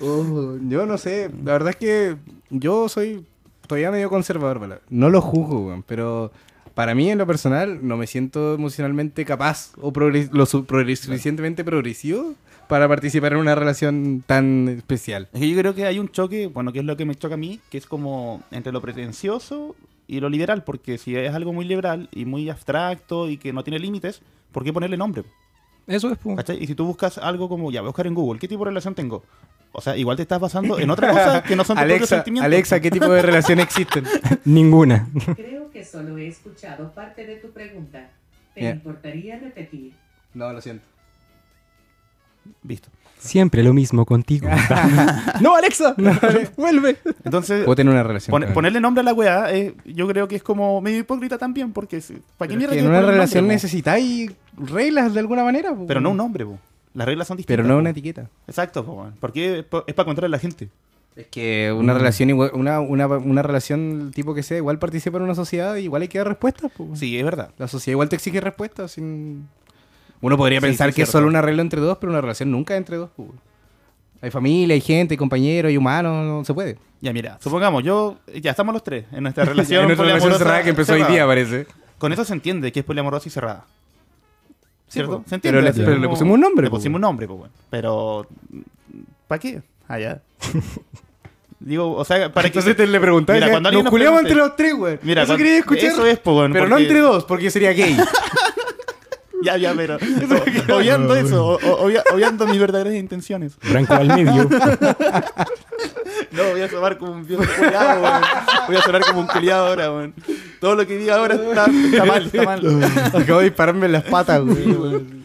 Oh, yo no sé, la verdad es que yo soy todavía medio conservador, ¿verdad? no lo juzgo, weón, pero para mí en lo personal no me siento emocionalmente capaz o progre- lo su- progre- suficientemente progresivo para participar en una relación tan especial. Es que yo creo que hay un choque, bueno, que es lo que me choca a mí, que es como entre lo pretencioso y lo liberal, porque si es algo muy liberal y muy abstracto y que no tiene límites, ¿por qué ponerle nombre? Eso es, po. ¿Cachai? Y si tú buscas algo como, ya, voy a buscar en Google, ¿qué tipo de relación tengo? O sea, igual te estás basando en otra cosa que no son tus propios Alexa, sentimientos. Alexa, ¿qué tipo de relación existen? Ninguna. Creo que solo he escuchado parte de tu pregunta. ¿Te Bien. importaría repetir? No, lo siento. Listo. Siempre lo mismo contigo. no, Alexa. Vuelve. Entonces, Puedo tener una relación. pon- weón. ponerle nombre a la weá, eh, yo creo que es como medio hipócrita también, porque si- ¿para qué Pero es mierda que quieres en una poner nombre, relación po? necesitáis reglas de alguna manera. po. Pero no un nombre, po. las reglas son distintas. Pero no po. una etiqueta. Exacto, po, weón. porque es para controlar a la gente. Es que una relación igual- una, una, una relación del tipo que sea, igual participa en una sociedad, igual hay que dar respuestas. po. Sí, es verdad. La sociedad igual te exige respuestas. sin- Uno podría Sí, pensar sí, que es cierto. solo una regla entre dos, pero una relación nunca es entre dos. po. Hay familia, hay gente, hay compañeros, hay humanos, no se puede. Ya, mira, supongamos, yo, ya estamos los tres en nuestra relación. En nuestra relación poliamorosa cerrada que empezó hoy cerrada. día, parece. Con eso se entiende que es poliamorosa y cerrada. ¿Cierto? po. se entiende. Pero le- así pero le como- pusimos un nombre, Le po, pusimos un nombre, pues, bueno. Pero, ¿para qué? Ah, ya. Digo, o sea, para Entonces que. te le preguntaba, Mira, ya, cuando alguien nos nos culeamos pregunte- entre los tres, güey. Mira, eso cuando- quería escuchar. eso es, po, weón, Pero no porque- entre dos, porque sería gay. Ya, ya, pero. o- obviando eso, o- o- obvia- obviando mis verdaderas intenciones. Branco al medio. No, voy a sonar como un viejo culiado, weón. Voy a sonar como un culiado ahora, weón. Todo lo que diga ahora está, está mal, está mal. Acabo de dispararme en las patas, güey.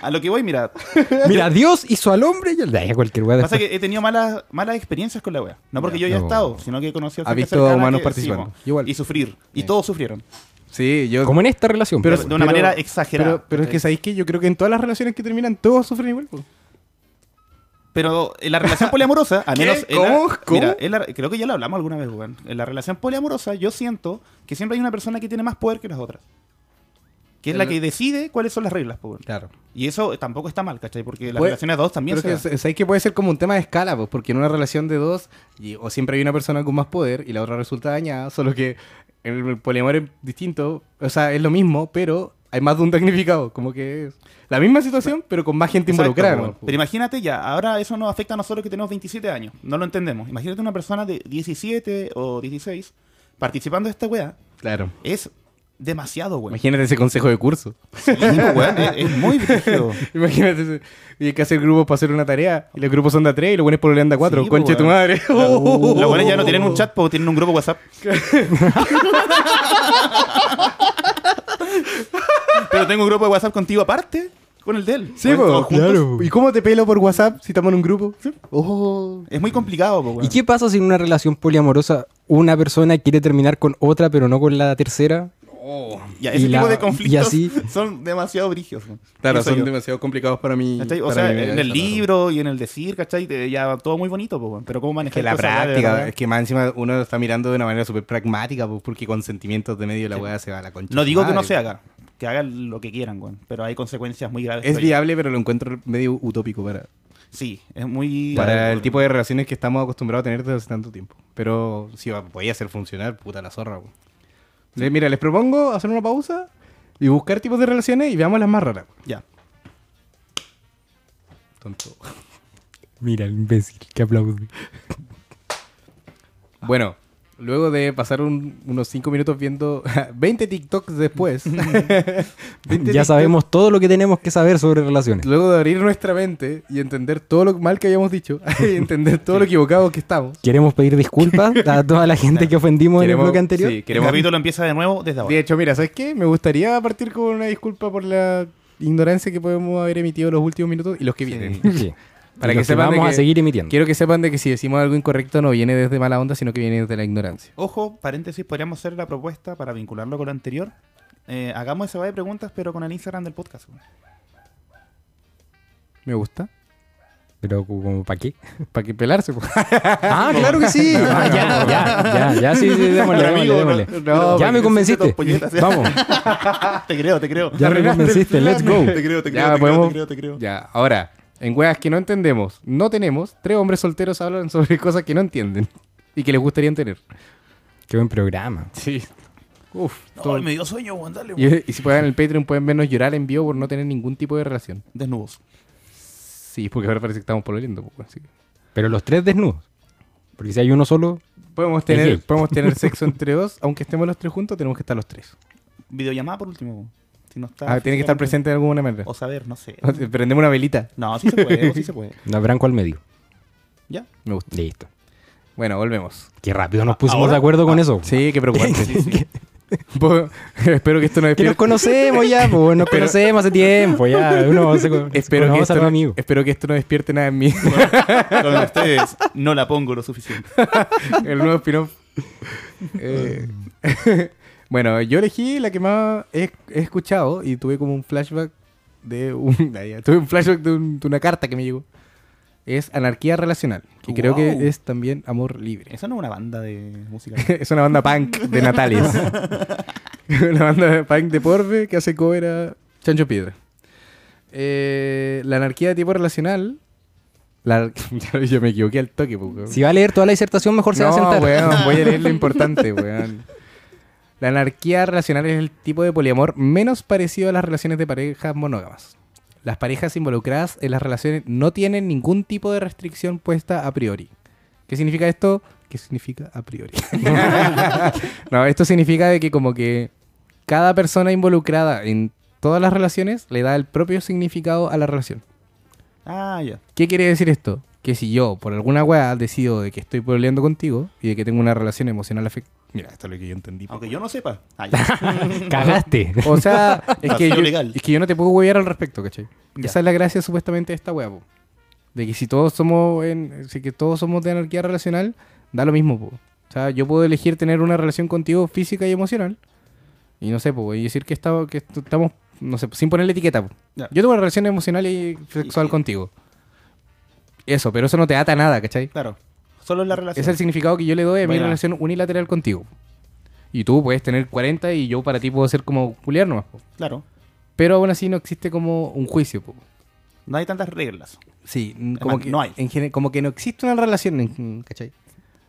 A lo que voy, mira, Mira, Dios hizo al hombre y al... Ay, cualquier weá Pasa después. que he tenido malas, malas experiencias con la wea. No porque yo Ya. haya No. estado, sino que he conocido Ha gente visto a cercana humanos que- participando. sí, mo, Igual. Eh. Y sufrir. Y Sí. todos sufrieron. Sí, yo. Como en esta relación. Pero, po. de una manera exagerada. Pero, pero es que sabéis que yo creo que en todas las relaciones que terminan, todos sufren igual. pues. po. Pero en la relación poliamorosa, al ¿Qué? menos. en ¿Cómo? la- ¿Cómo? mira, en la- creo que ya lo hablamos alguna vez, weón. En la relación poliamorosa, yo siento que siempre hay una persona que tiene más poder que las otras. Que es la El- que decide cuáles son las reglas, po, weón. Claro. Y eso tampoco está mal, ¿cachai? Porque las Puede- relaciones de dos también Pues, Pero se que, dan. sabéis que puede ser como un tema de escala, pues, porque en una relación de dos, y- o siempre hay una persona con más poder y la otra resulta dañada, solo que el, el poliamor es distinto, o sea, es lo mismo, pero hay más de un damnificado. Como que es la misma situación, pero con más gente Exacto, pues, involucrada. weón. ¿no? Pero imagínate ya, ahora eso nos afecta a nosotros que tenemos 27 años. No lo entendemos. Imagínate una persona de 17 o 16 participando de esta weá. Claro. Es demasiado, weón. Imagínate ese consejo de curso. Sí, pues, weón, es, es muy brígido. Imagínate, ese- y hay que hacer grupos para hacer una tarea, y los grupos son de a tres y los buenos por a cuatro. Sí, po, Conche tu weón. madre. Uh. Los buenos ya no tienen un chat, porque tienen un grupo WhatsApp. Pero tengo un grupo de WhatsApp contigo aparte, con el de él. Sí, pues, Con po, todos juntos. claro. ¿Y cómo te pelo por WhatsApp si estamos en un grupo? Oh. Es muy complicado, po, ¿Y weón. qué pasa si en una relación poliamorosa una persona quiere terminar con otra pero no con la tercera? Oh. Ya, ese y tipo la- de y conflictos así- son demasiado brígidos. weón. Claro, Pienso son yo. demasiado complicados para mí. ¿Cachai? O para sea, mi en cabeza, el claro. libro y en el decir, ¿cachai? Te- Ya todo muy bonito, po, weón. pero cómo Es manejar que la esa weá de práctica, verdad? es que más encima uno lo está mirando de una manera súper pragmática, pues, porque con sentimientos de medio la weá se va a la concha. No de su digo que no madre. se haga, que hagan lo que quieran, weón. Pero hay consecuencias muy graves. Es creo yo. viable, pero lo encuentro medio utópico para, Sí, es muy. para el tipo de relaciones que estamos acostumbrados a tener desde hace tanto tiempo. Pero si va- podía hacer funcionar, puta la zorra. po. Le- Mira, les propongo hacer una pausa y buscar tipos de relaciones y veamos las más raras. Ya. Tonto. Mira, el imbécil que aplaude. Ah. Bueno, luego de pasar un- unos 5 minutos viendo 20 TikToks después. 20 Ya TikToks, sabemos todo lo que tenemos que saber sobre relaciones. Luego de abrir nuestra mente y entender todo lo mal que habíamos dicho y entender todo lo equivocado que estamos. Queremos pedir disculpas a toda la gente que ofendimos en Queremos- el bloque anterior. sí, El queremos- capítulo empieza de nuevo desde ahora. De hecho, mira, ¿sabes qué? Me gustaría partir con una disculpa por la ignorancia que podemos haber emitido los últimos minutos y los que vienen. Sí. Para Y que los sepan de vamos a que- seguir emitiendo. Quiero que sepan de que si decimos algo incorrecto no viene desde mala onda, sino que viene desde la ignorancia. Ojo, paréntesis, podríamos hacer la propuesta para vincularlo con lo anterior. Eh, hagamos esa va de preguntas, pero con el Instagram del podcast. güey. Me gusta. Pero como para qué? Para que pelarse. pues. Ah, claro que sí. Ah, ya, ya, ya, ya, sí, sí, démosle, Pero, amigo, démosle, no- démosle. no, porque ya me necesito dos convenciste. polletas. Vamos, Ah, te creo, te creo. ya me Arruinaste el convenciste, plan. let's go. Te creo, te creo, Ya, te, creo podemos- te creo, te creo. Ya, ahora, en weas que no entendemos, no tenemos, tres hombres solteros hablan sobre cosas que no entienden y que les gustaría tener. Qué buen programa. Sí. Uf. No, todo- me dio sueño, güey, dale, güey. Y, y si pagan el Patreon pueden vernos llorar en vivo por no tener ningún tipo de relación. Desnudos. Sí, porque ahora parece que estamos pololiendo. pues, así que- Pero los tres desnudos. Porque si hay uno solo, Podemos gay. tener, podemos tener sexo entre dos, aunque estemos los tres juntos, tenemos que estar los tres. Videollamada por último. güey. Si no está Ah, tiene que estar presente Ah, de alguna manera. O saber, no sé. Prendemos una velita. No, sí se puede, o sí se puede. no branco al medio. Ya. Me gusta. Listo. Bueno, volvemos. Qué rápido nos pusimos ¿Ahora? de acuerdo con eso. ah, Sí, qué preocupante. Vos- Espero que esto no Que nos despierte. conocemos ya, pues, nos conocemos hace tiempo ya. Uno se con- se Espero que, conoce a esto eh, los no, amigos. espero que esto no despierte nada en mí. Con ustedes no la pongo lo suficiente. El nuevo spin-off. Eh, bueno, yo elegí la que más he, he escuchado y tuve como un flashback de un. ah, ya, tuve un flashback de, un- de una carta que me llegó. Es Anarquía Relacional, que Wow. creo que es también Amor Libre. Esa no es una banda de música. es una banda punk de Natales. una banda de punk de Porve que hace cover a Chancho Piedra. Eh, la anarquía de tipo relacional. La, yo me equivoqué al toque, pues, porque Si va a leer toda la disertación, mejor se va a sentar. weón, voy a leer lo importante, weón. La anarquía relacional es el tipo de poliamor menos parecido a las relaciones de parejas monógamas. Las parejas involucradas en las relaciones no tienen ningún tipo de restricción puesta a priori. ¿Qué significa esto? ¿Qué significa a priori? no, esto significa de que como que cada persona involucrada en todas las relaciones le da el propio significado a la relación. Ah, ya. ¿Qué quiere decir esto? Que si yo, por alguna weá, decido de que estoy peleando contigo y de que tengo una relación emocional afectiva. Mira, esto es lo que yo entendí. po. Aunque yo no sepa. Ah, ya. Cagaste. O sea, es, que Vacío yo, legal. es que yo no te puedo huevear al respecto, ¿cachai? Ya. Esa es la gracia supuestamente de esta weá, po. De que si todos somos en, si que todos somos de anarquía relacional, da lo mismo, po. O sea, yo puedo elegir tener una relación contigo física y emocional. Y no sé, po, y decir que, estaba, que est- estamos, no sé, sin ponerle etiqueta, po. Ya. Yo tengo una relación emocional y sexual Y- contigo. Eso, pero eso no te ata a nada, ¿cachai? Claro. Solo es la relación. Es el significado que yo le doy a mi Buena. relación unilateral contigo. Y tú puedes tener 40 y yo para ti puedo ser como Julián nomás. po. Claro. Pero aún así no existe como un juicio. po. No hay tantas reglas. Sí, como como que- que, no hay. en gene- como que no existe una relación, en- ¿cachai?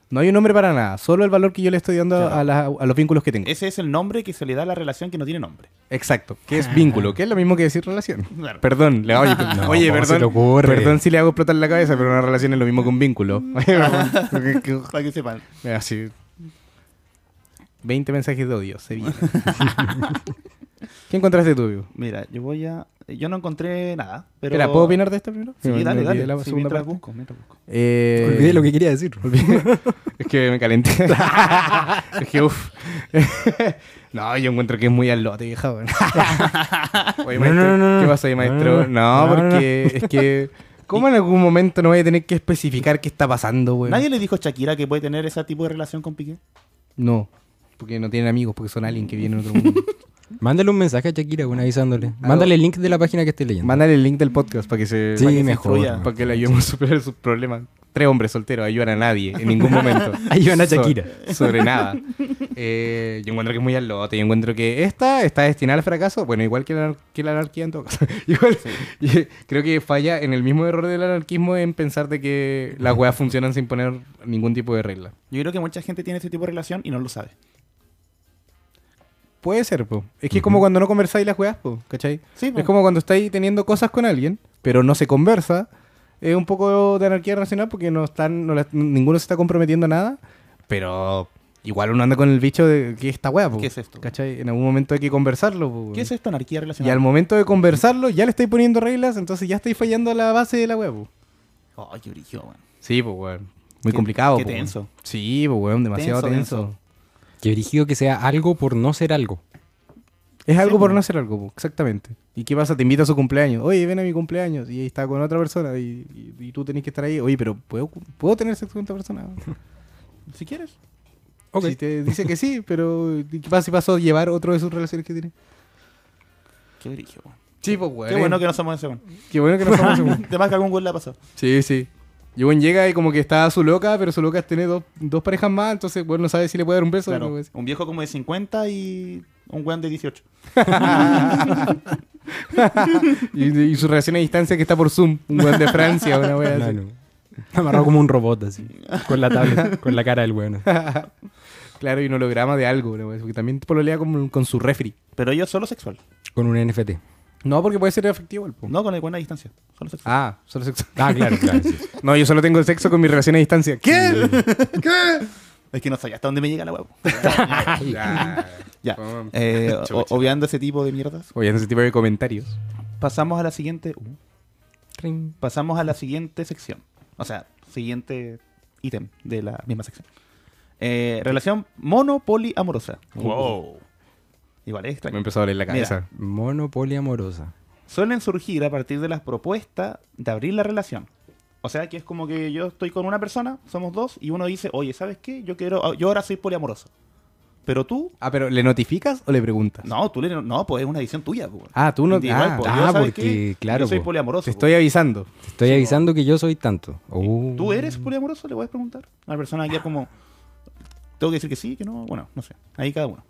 No hay un nombre para nada, solo el valor que yo le estoy dando Claro. a, las- a los vínculos que tengo. Ese es el nombre que se le da a la relación que no tiene nombre. Exacto, que es vínculo, que es lo mismo que decir relación. Claro. Perdón, le oye, No, oye ¿cómo se te perdón, ocurre? perdón si le hago explotar la cabeza, pero una relación es lo mismo que un vínculo. Para que sepan. Eh, Así. 20 mensajes de odio, se viene. ¿Qué encontraste tú, vivo? Mira, yo voy a. Yo no encontré nada. Pero... Espera, ¿puedo opinar de esta primero? Sí, Me- me dale, olvidé dale. la Sí, segunda mientras parte. busco, mientras busco. Eh, Olvidé lo que quería decir. Es que me calenté. es que, uff. no, yo encuentro que es muy al lote, vieja. weón. Oye, No, no, no, maestro, no. ¿Qué pasa ahí, No, maestro? No, no, no, porque es que... ¿Cómo en algún momento no voy a tener que especificar qué está pasando, weón? Nadie le dijo a Shakira que puede tener ese tipo de relación con Piqué. No, porque no tienen amigos, porque son alguien que viene en otro mundo. Mándale un mensaje a Shakira, bueno, avisándole. Mándale el link de la página que esté leyendo. Mándale el link del podcast para que se... Sí, para que se mejor. instruya. Para que le ayudemos a superar sus problemas. Tres hombres solteros ayudan a nadie en ningún momento. Ayudan a So- Shakira. Sobre, nada. Eh, yo encuentro que es muy al lote. Yo encuentro que esta está destinada al fracaso. Bueno, igual que la, anar- que la anarquía en todo caso. Igual, y- eh, creo que falla en el mismo error del anarquismo en pensar de que las weas funcionan sin poner ningún tipo de regla. Yo creo que mucha gente tiene ese tipo de relación y no lo sabe. Puede ser, po. Es que es como cuando no conversáis las weas, po, ¿cachai? Sí, po. Es como cuando estáis teniendo cosas con alguien, pero no se conversa, Es un poco de anarquía racional porque no están, no la- ninguno se está comprometiendo a nada, pero igual uno anda con el bicho de que esta wea, po, ¿Qué es esto? ¿Cachai? En algún momento hay que conversarlo, po, ¿Qué es esta anarquía Y al relacionada? momento de conversarlo, ya le estáis poniendo reglas, entonces ya estáis fallando a la base de la wea, po. Ay, qué brillo, weón. Sí, pues, weón. Muy Qué- complicado, qué po, weón. tenso. Sí, pues, weón, demasiado Tenso, tenso. tenso. Que dirigido que sea algo por no ser algo. Es algo Sí, por po. no hacer algo, po, exactamente. ¿Y qué pasa? Te invita a su cumpleaños. Oye, ven a mi cumpleaños. Y ahí está con otra persona y, y- y tú tenés que estar ahí. Oye, pero ¿puedo, ¿puedo tener sexo con otra persona? Si quieres. Ok. Si te dice que sí, pero ¿y ¿qué pasa si pasó a llevar otro de sus relaciones que tiene? Qué brillo, weón. Sí, pues, weón. Qué bueno que no somos ese, weón. Qué bueno que no estamos seguros. De más que algún weón le ha pasado. Sí, sí. Y bueno, llega y como que está su loca, pero su loca tiene dos, dos parejas más, entonces, bueno, no sabe si le puede dar un beso. Claro, no, pues. un viejo como de 50 y un weón de 18. y, y su relación a distancia que está por Zoom, un weón de Francia, una wea así. Claro. Amarrado como un robot así, con la tablet, con la cara del bueno. Claro, y un holograma de algo, ¿no? porque también pololea con, con su refri. Pero ellos solo sexual. Con un NFT. No, porque puede ser afectivo el po. No con el weón a distancia. Solo sexual. Oh. Ah, solo sexo. Ah, claro, claro. sí. No, yo solo tengo sexo con mi relación a distancia. ¿Qué? ¿Qué? Es que no sabía hasta dónde me llega la huevo. Ya. ya. Ah. Eh, Chucha. o- obviando ese tipo de mierdas. Oye, ese tipo de comentarios. Pasamos a la siguiente. uh, Trin. pasamos a la siguiente sección. O sea, siguiente ítem de la misma sección. Eh, relación monopoliamorosa. Uh, Igual es Me extraño. empezó a doler la Mira. cabeza. Monopolia amorosa. Suelen surgir a partir de las propuestas de abrir la relación. O sea, que es como que yo estoy con una persona, somos dos, y uno dice, oye, ¿sabes qué? Yo quiero, ah, yo ahora soy poliamoroso. Pero tú, Ah, pero ¿le notificas o le preguntas? no, tú le, no, pues es una decisión tuya. pues. Ah, tú no- Igual, ah, pues, ah, ¿sabes porque, qué? claro, Yo soy pues, poliamoroso. Te pues. estoy avisando. Te estoy avisando que yo soy tanto. Oh. ¿Tú eres poliamoroso? Le voy a preguntar. A la persona ya como... Tengo que decir que sí, que no. Bueno, no sé. Ahí cada uno.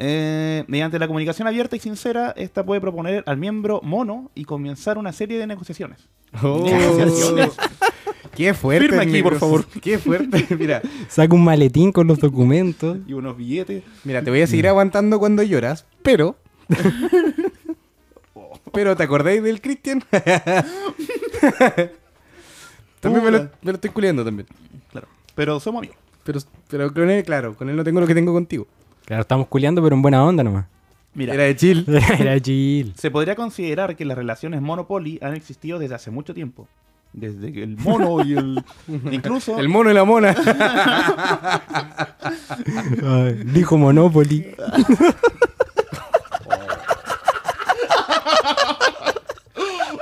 Eh, mediante la comunicación abierta y sincera, esta puede proponer al miembro mono y comenzar una serie de negociaciones. Negociaciones. Qué fuerte. Firme aquí, por negociación. favor. Qué fuerte. Mira, Saca un maletín con los documentos. Y unos billetes. mira, te voy a seguir aguantando cuando lloras, pero... pero, ¿te acordáis del Cristian? también me lo, me lo estoy culiando también. Claro. Pero somos amigos. Pero, pero con él, claro, con él no tengo lo que tengo contigo. Claro, estamos culeando, pero en buena onda nomás. Mira. Era de chill. Era chill. Se podría considerar que las relaciones monopoly han existido desde hace mucho tiempo. Desde que el mono y el... incluso... El mono y la mona. Ay, Dijo Monopoly.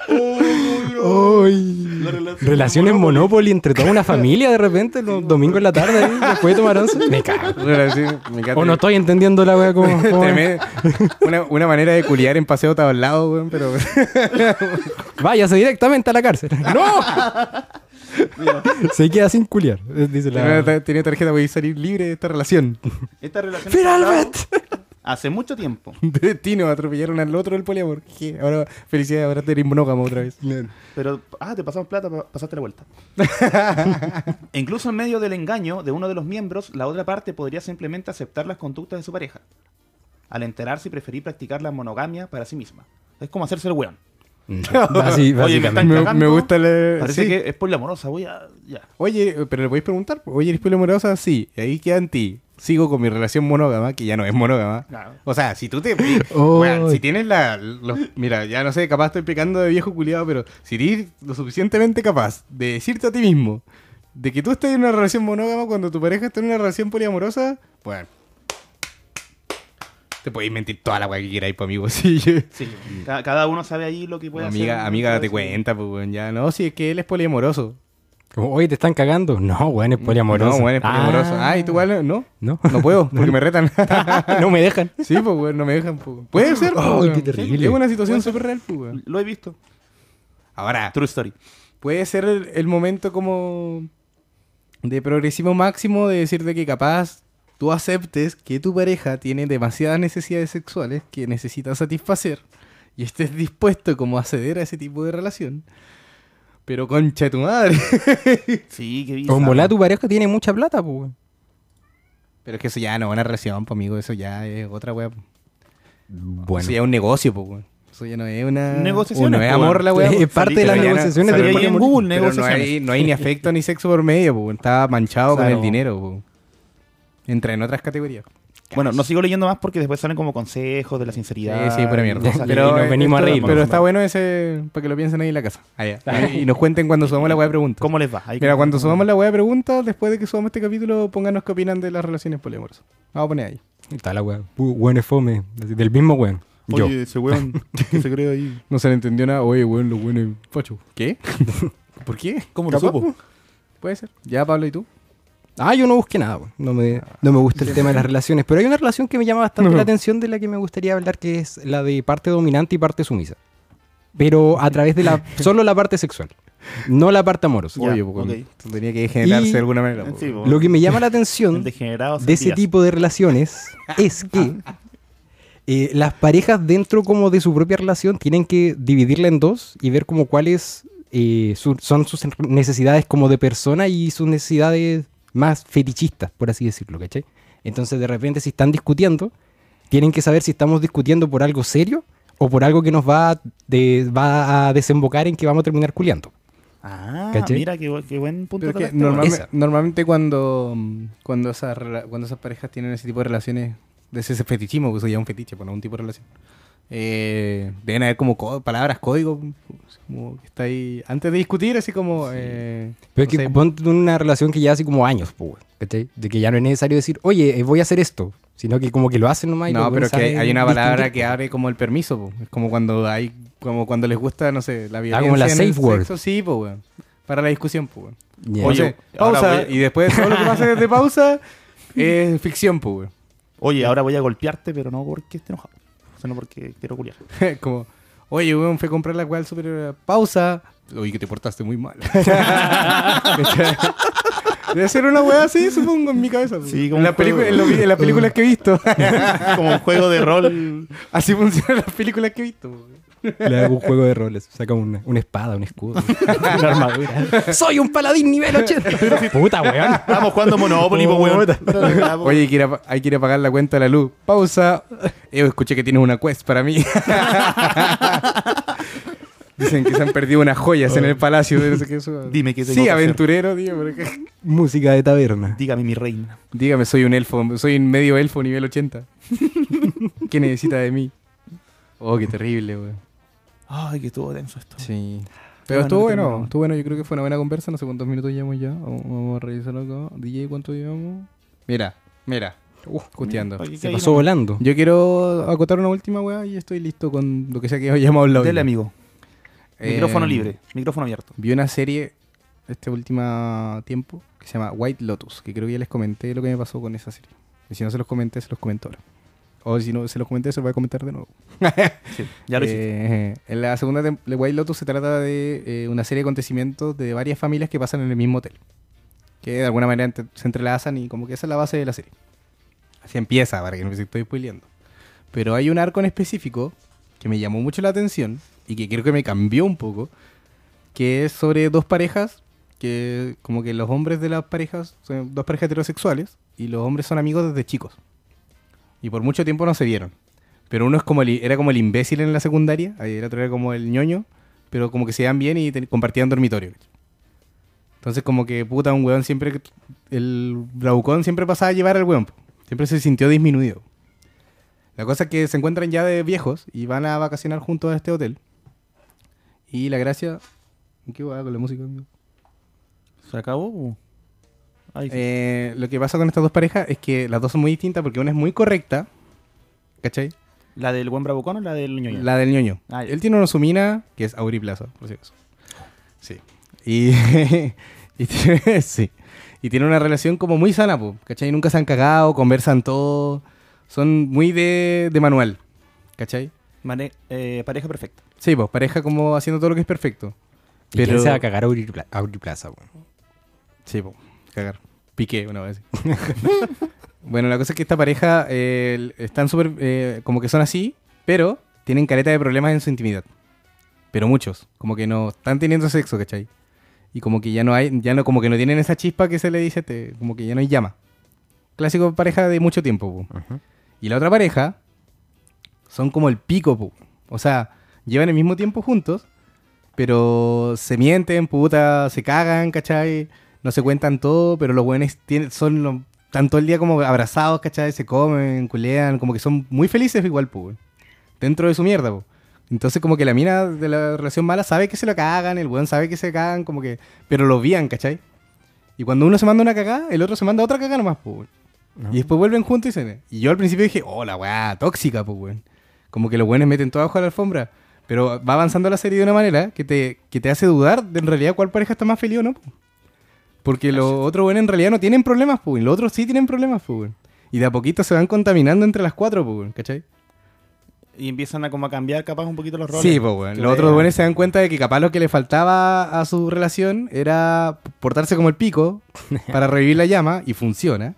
Ay. la relación Relaciones Monopoly entre toda una familia de repente, los domingos en la tarde, ahí, después de tomar once. Me cago. Bueno, sí, me encanta. O no estoy entendiendo la wea como. como- Tremendo. Una, una manera de culiar en paseo tablado, weón, pero... Váyase directamente a la cárcel. ¡No! Se queda sin culiar, eh, dice Tenía la. tar- Tenía tarjeta, voy a salir libre de esta relación. Esta relación... ¡Finalmente! Hace mucho tiempo. De destino, atropellaron al otro del poliamor. Je, Ahora, felicidades, ahora te eres monógamo otra vez. Pero, ah, te pasamos plata, pa- pasaste la vuelta. E Incluso en medio del engaño de uno de los miembros, la otra parte podría simplemente aceptar las conductas de su pareja. Al enterarse y preferir practicar la monogamia para sí misma. Es como hacerse el weón. Basi- Oye, me están básicamente. Me, cagando. me gusta la... Parece Eh, sí. que es por la amorosa, voy a... Ya. Oye, pero le podéis preguntar, oye, ¿eres poliamorosa? Sí, Y ahí queda en ti. Sigo con mi relación monógama, que ya no es monógama. Claro. O sea, si tú te... Oh. Bueno, si tienes la... los- mira, ya no sé, capaz estoy pecando de viejo culiado, pero si eres lo suficientemente capaz de decirte a ti mismo de que tú estás en una relación monógama cuando tu pareja está en una relación poliamorosa, bueno... Te podéis mentir toda la weá que queráis, pues, amigo. Sí, yo- Sí. Ca- Cada uno sabe ahí lo que puede hacer. amiga, amiga, date cuenta, pues, weón, ya. No, si es que él es poliamoroso. Como, Oye, te están cagando. No, weón, es poliamoroso. No, weón, es poliamoroso. Ah. Ay, tú igual, no. No. No puedo, porque me retan. no me dejan. sí, pues, weón, no me dejan, pues. weón. Puede ser, pues, Ay, weón. qué terrible. Sí, Es una situación súper real, pues, weón. Lo he visto. Ahora, True story. puede ser el, el momento como de progresivo máximo de decirte que capaz tú aceptes que tu pareja tiene demasiadas necesidades sexuales que necesita satisfacer y estés dispuesto como a ceder a ese tipo de relación. Pero concha de tu madre. Sí, qué O en bizarro. volá tu pareja tiene mucha plata, pues. weón. Pero es que eso ya no es una relación, pues, amigo. Eso ya es otra weá. pues. Bueno, Eso ya es un negocio, pues, weón. Eso ya no es una. Negociaciones, No es pues, amor la wea. Es pues. parte de las Pero ya no- negociaciones pero Salía del ahí en poliamor. Google Pero no negociaciones. hay, no hay ni afecto ni sexo por medio, po. Estaba manchado Claro. con el dinero, po. Entra en otras categorías. Bueno, no sigo leyendo más porque después salen como consejos de la sinceridad. sí, sí, pura y mierda. cosas Pero- así. nos venimos a esto- reír, Pero ¿no? está bueno ese. Para que lo piensen ahí en la casa. Allá. Y, y nos cuenten cuando subamos la wea de preguntas. ¿Cómo les va? Ahí- Mira, cuando subamos la wea de preguntas, después de que subamos este capítulo, pónganos qué opinan de las relaciones poliamorosas. Vamos a poner ahí. Está la weá. Uh, Weón es fome. Así, Del mismo weón. Yo. Oye, ese weón que se cree ahí. No se le entendió nada. Oye, weón, lo bueno es facho. ¿Qué? ¿Por qué? ¿Cómo lo Capaz, supo? po. Puede ser. Ya, Pablo, ¿y tú? Ah, yo no busqué nada, weón. no me, no me gusta el tema de las relaciones, pero hay una relación que me llama bastante la atención de la que me gustaría hablar, que es la de parte dominante y parte sumisa. Pero a través de la solo la parte sexual, no la parte amorosa. Ya, Oye, pues, ok. esto tenía que generarse Y- de alguna manera. pues. po. Sí, pues, po. Lo que me llama la El atención degenerado de ese Sandías. tipo de relaciones es que eh, las parejas dentro como de su propia relación tienen que dividirla en dos y ver como cuáles eh, su- son sus necesidades como de persona y sus necesidades más fetichistas, por así decirlo, ¿cachai? Entonces de repente si están discutiendo, tienen que saber si estamos discutiendo por algo serio o por algo que nos va a, de- va a desembocar en que vamos a terminar culiando. Ah, ¿Cachai? mira, qué, bu- qué buen punto. pues. Pero es tocaste, que weón. normalme- Esa. normalmente cuando, mm, cuando, esas, rela- cuando esas parejas tienen ese tipo de relaciones, de ese ese fetichismo, que eso ya es un fetiche, bueno, un tipo de relación, eh, deben haber como co- palabras, código, pues, como que está ahí, antes de discutir, así como... eh, Pero no es que sé, ponte una relación que ya así como años, pues, weón, ¿cachai? De que ya no es necesario decir, oye, eh, voy a hacer esto, sino que como que lo hacen nomás. y los no, pero weones que hay, saben hay una palabra que distinguir, abre como el permiso, po. es como cuando hay como cuando les gusta, no sé, la violencia. Ah, como la en el safe word. sexo, Sí, po, weón. Para la discusión, po, weón. po. Ya. Oye, Entonces, ahora pausa, voy- y después todo lo que pasa desde pausa es ficción, pues, po, weón. Oye, ahora voy a golpearte, pero no porque esté enojado, sino porque quiero culiar. como, oye, weón, fue a comprar la cual superior. eh, Pausa. Oye, que te portaste muy mal. Debe ser una weá así, supongo, en mi cabeza. pues. Sí, como en, la un juego. película- en lo- en las películas que he visto. Como un juego de rol. así funcionan las películas que he visto. pues, weón. Le hago un juego de roles, saca una, una espada, un escudo. Una armadura. ¡Soy un paladín nivel 80! ¡Puta, weón! Estamos jugando Monopoly, po, weón. Oye, hay que, ir a, pa- hay que ir a pagar la cuenta de la luz. Pausa. Yo escuché que tienes una quest para mí. Dicen que se han perdido unas joyas en el palacio. no sé qué eso. Dime qué tengo Sí, que hacer. aventurero, tío. pero qué- Música de taberna. dígame mi reina. Dígame, soy un elfo, soy un medio elfo nivel 80. ¿Qué necesita de mí? Oh, qué terrible, weón. Ay, que estuvo denso esto. Sí. Bueno, Pero estuvo terminamos. bueno, estuvo bueno, yo creo que fue una buena conversa, no sé cuántos minutos llevamos ya. Vamos- Vamos a revisarlo acá. DJ, ¿cuánto llevamos? Mira, mira. Uh, custeando. Oye, Se que pasó ahí volando. Yo quiero acotar una última weá y estoy listo con lo que sea que hayamos no- hablado. Dele, hoy. amigo. Eh, Micrófono libre. Micrófono abierto. Vi una serie este último tiempo que se llama White Lotus, que creo que ya les comenté lo que me pasó con esa serie. Y si no se los comenté, se los comento ahora. O si no se los comenté, se los voy a comentar de nuevo. Sí, ya lo Eh, hiciste. En la segunda tem- de White Lotus se trata de eh, una serie de acontecimientos de varias familias que pasan en el mismo hotel. Que de alguna manera ent- se entrelazan y como que esa es la base de la serie. Así empieza, para que no me estoy spoileando. Pero hay un arco en específico que me llamó mucho la atención y que creo que me cambió un poco, que es sobre dos parejas que como que los hombres de las parejas son dos parejas heterosexuales y los hombres son amigos desde chicos. Y por mucho tiempo no se vieron. Pero uno es como el- era como el imbécil en la secundaria, ahí el otro era como el ñoño, pero como que se dan bien y ten- compartían dormitorio. ¿cachai? Entonces como que puta, un weón siempre, que- el bravucón siempre pasaba a llevar al weón. po. Siempre se sintió disminuido. La cosa es que se encuentran ya de viejos y van a vacacionar juntos a este hotel. Y la gracia... ¿Qué hueá con la música? amigo? ¿Se acabó? Ay, sí. Eh, lo que pasa con estas dos parejas es que las dos son muy distintas porque una es muy correcta, ¿cachai? ¿La del buen bravucón o la del ñoño? La del ñoño. Ah, ya. Él tiene una sumina que es Auri Plaza, por si acaso. Sí. Y, y tiene, sí. Y tiene una relación como muy sana, po, ¿cachai? Nunca se han cagado, conversan todo. Son muy de, de manual, ¿cachai? Mane- eh, pareja perfecta. Sí, pues pareja como haciendo todo lo que es perfecto. ¿Y quién pero- se va a cagar a abrir, pla- a abrir plaza, weón? Sí, po, cagar. Piqué una vez. bueno, la cosa es que esta pareja eh, el- están súper. eh, como que son así, pero tienen careta de problemas en su intimidad. Pero muchos. Como que no están teniendo sexo, ¿cachai? Y como que ya no hay. ya no Como que no tienen esa chispa que se le dice, te- como que ya no hay llama. Clásico pareja de mucho tiempo, po. Y la otra pareja son como el pico, po. O sea, llevan el mismo tiempo juntos, pero se mienten, puta, se cagan, ¿cachai? No se cuentan todo, pero los buenos tienen, son los- están todo el día como abrazados, ¿cachai? Se comen, culean, como que son muy felices igual, pues, weón. Dentro de su mierda, pues. Entonces como que la mina de la relación mala sabe que se lo cagan, el weón sabe que se cagan, como que... Pero lo vían, ¿cachai? Y cuando uno se manda una cagada, el otro se manda otra cagada nomás, pues, weón. Y después vuelven juntos y dicen... Y yo al principio dije, oh, la weá, tóxica, pues, weón. Como que los weones meten todo abajo de la alfombra. Pero va avanzando la serie de una manera que te, que te hace dudar de en realidad cuál pareja está más feliz o no, po. Porque los otros weones en realidad no tienen problemas, pues, weón. Los otros sí tienen problemas, pues, weón. Y de a poquito se van contaminando entre las cuatro, pues, weón, ¿cachai? Y empiezan a como a cambiar capaz un poquito los roles. Sí, pues, weón. Los otros buenos se dan cuenta de que capaz lo que le faltaba a su relación era portarse como el pico para revivir la llama y funciona.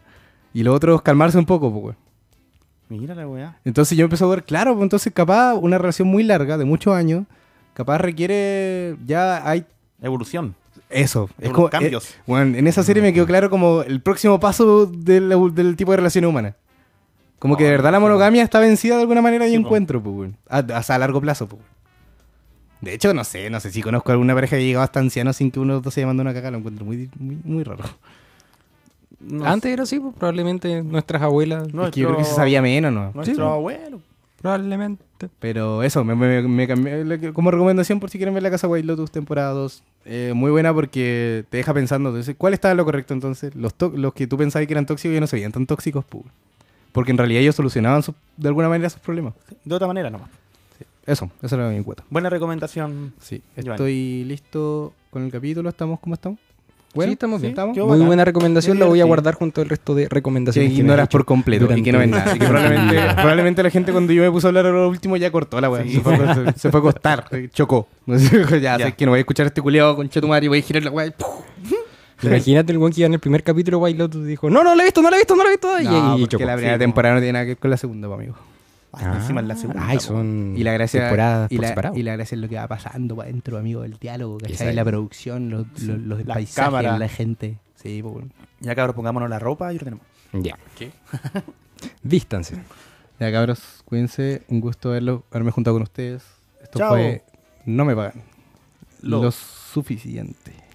Y los otros calmarse un poco, pues, weón. Mira la weá. Entonces yo empecé a ver, claro, pues entonces capaz una relación muy larga, de muchos años, capaz requiere. Ya hay Evolución. eso. Es Unos como, cambios. eh, bueno, en esa serie me quedó claro como el próximo paso de la- del tipo de relación humana. Como que de verdad la monogamia está vencida de alguna manera Ah, y Sí, po. encuentro, pues, weón. A- Hasta a largo plazo, pues. weón. De hecho, no sé, no sé si conozco alguna pareja que llegaba hasta anciano sin que uno de los dos se haya mandado una caca, lo encuentro muy, muy, muy raro. No Antes era así, pues, probablemente nuestras abuelas. No. Es que yo creo que se sabía menos, ¿no? Nuestro Sí, po. abuelo. Probablemente. Pero eso, me, me- me cambié la- como recomendación por si quieren ver La Casa White Lotus temporada 2. Eh, muy buena porque te deja pensando, entonces, ¿cuál estaba lo correcto entonces? Los, tó- los que tú pensabas que eran tóxicos ya no se veían tan tóxicos, pu. Porque en realidad ellos solucionaban sus- de alguna manera sus problemas. De otra manera nomás. Eso, eso era mi cuota. Buena recomendación. Sí, Giovanni. estoy listo con el capítulo, ¿estamos como estamos? sí, estamos bien. Qué Muy bacán. buena recomendación, la voy a Divertido. guardar junto al resto de Que recomendaciones. que me ignoras han hecho por completo y que no ves durante- nada. Y que probablemente, probablemente la gente cuando yo me puse a hablar a lo último ya cortó la weá. Se, fue, a- se- se fue a acostar, eh, chocó. ya, Ya. sé que no voy a escuchar este culiado con Chetumari, voy a girar la weá. y ¡puf! Imagínate el weón que iba en el primer capítulo, White Lotus dijo: No, no lo he visto, no lo he visto, no lo he visto. y- No, y, y porque chocó. la primera Sí, temporada no tiene nada que ver con la segunda, po, amigo. Ah, encima es la segunda. Ay, po. son Y la gracia, temporadas y, por la, separado. y la gracia es lo que va pasando para adentro, amigo, el diálogo, Esa ¿cachai? es. La producción, los, los, los Las paisajes, cámaras. la gente. Sí, po, bueno. Ya cabros, pongámonos la ropa y ordenemos. Ya. Distancia. Ya, cabros, cuídense. Un gusto verlo, haberme juntado con ustedes. Esto Chao. fue No Me Pagan. Lo- Lo suficiente.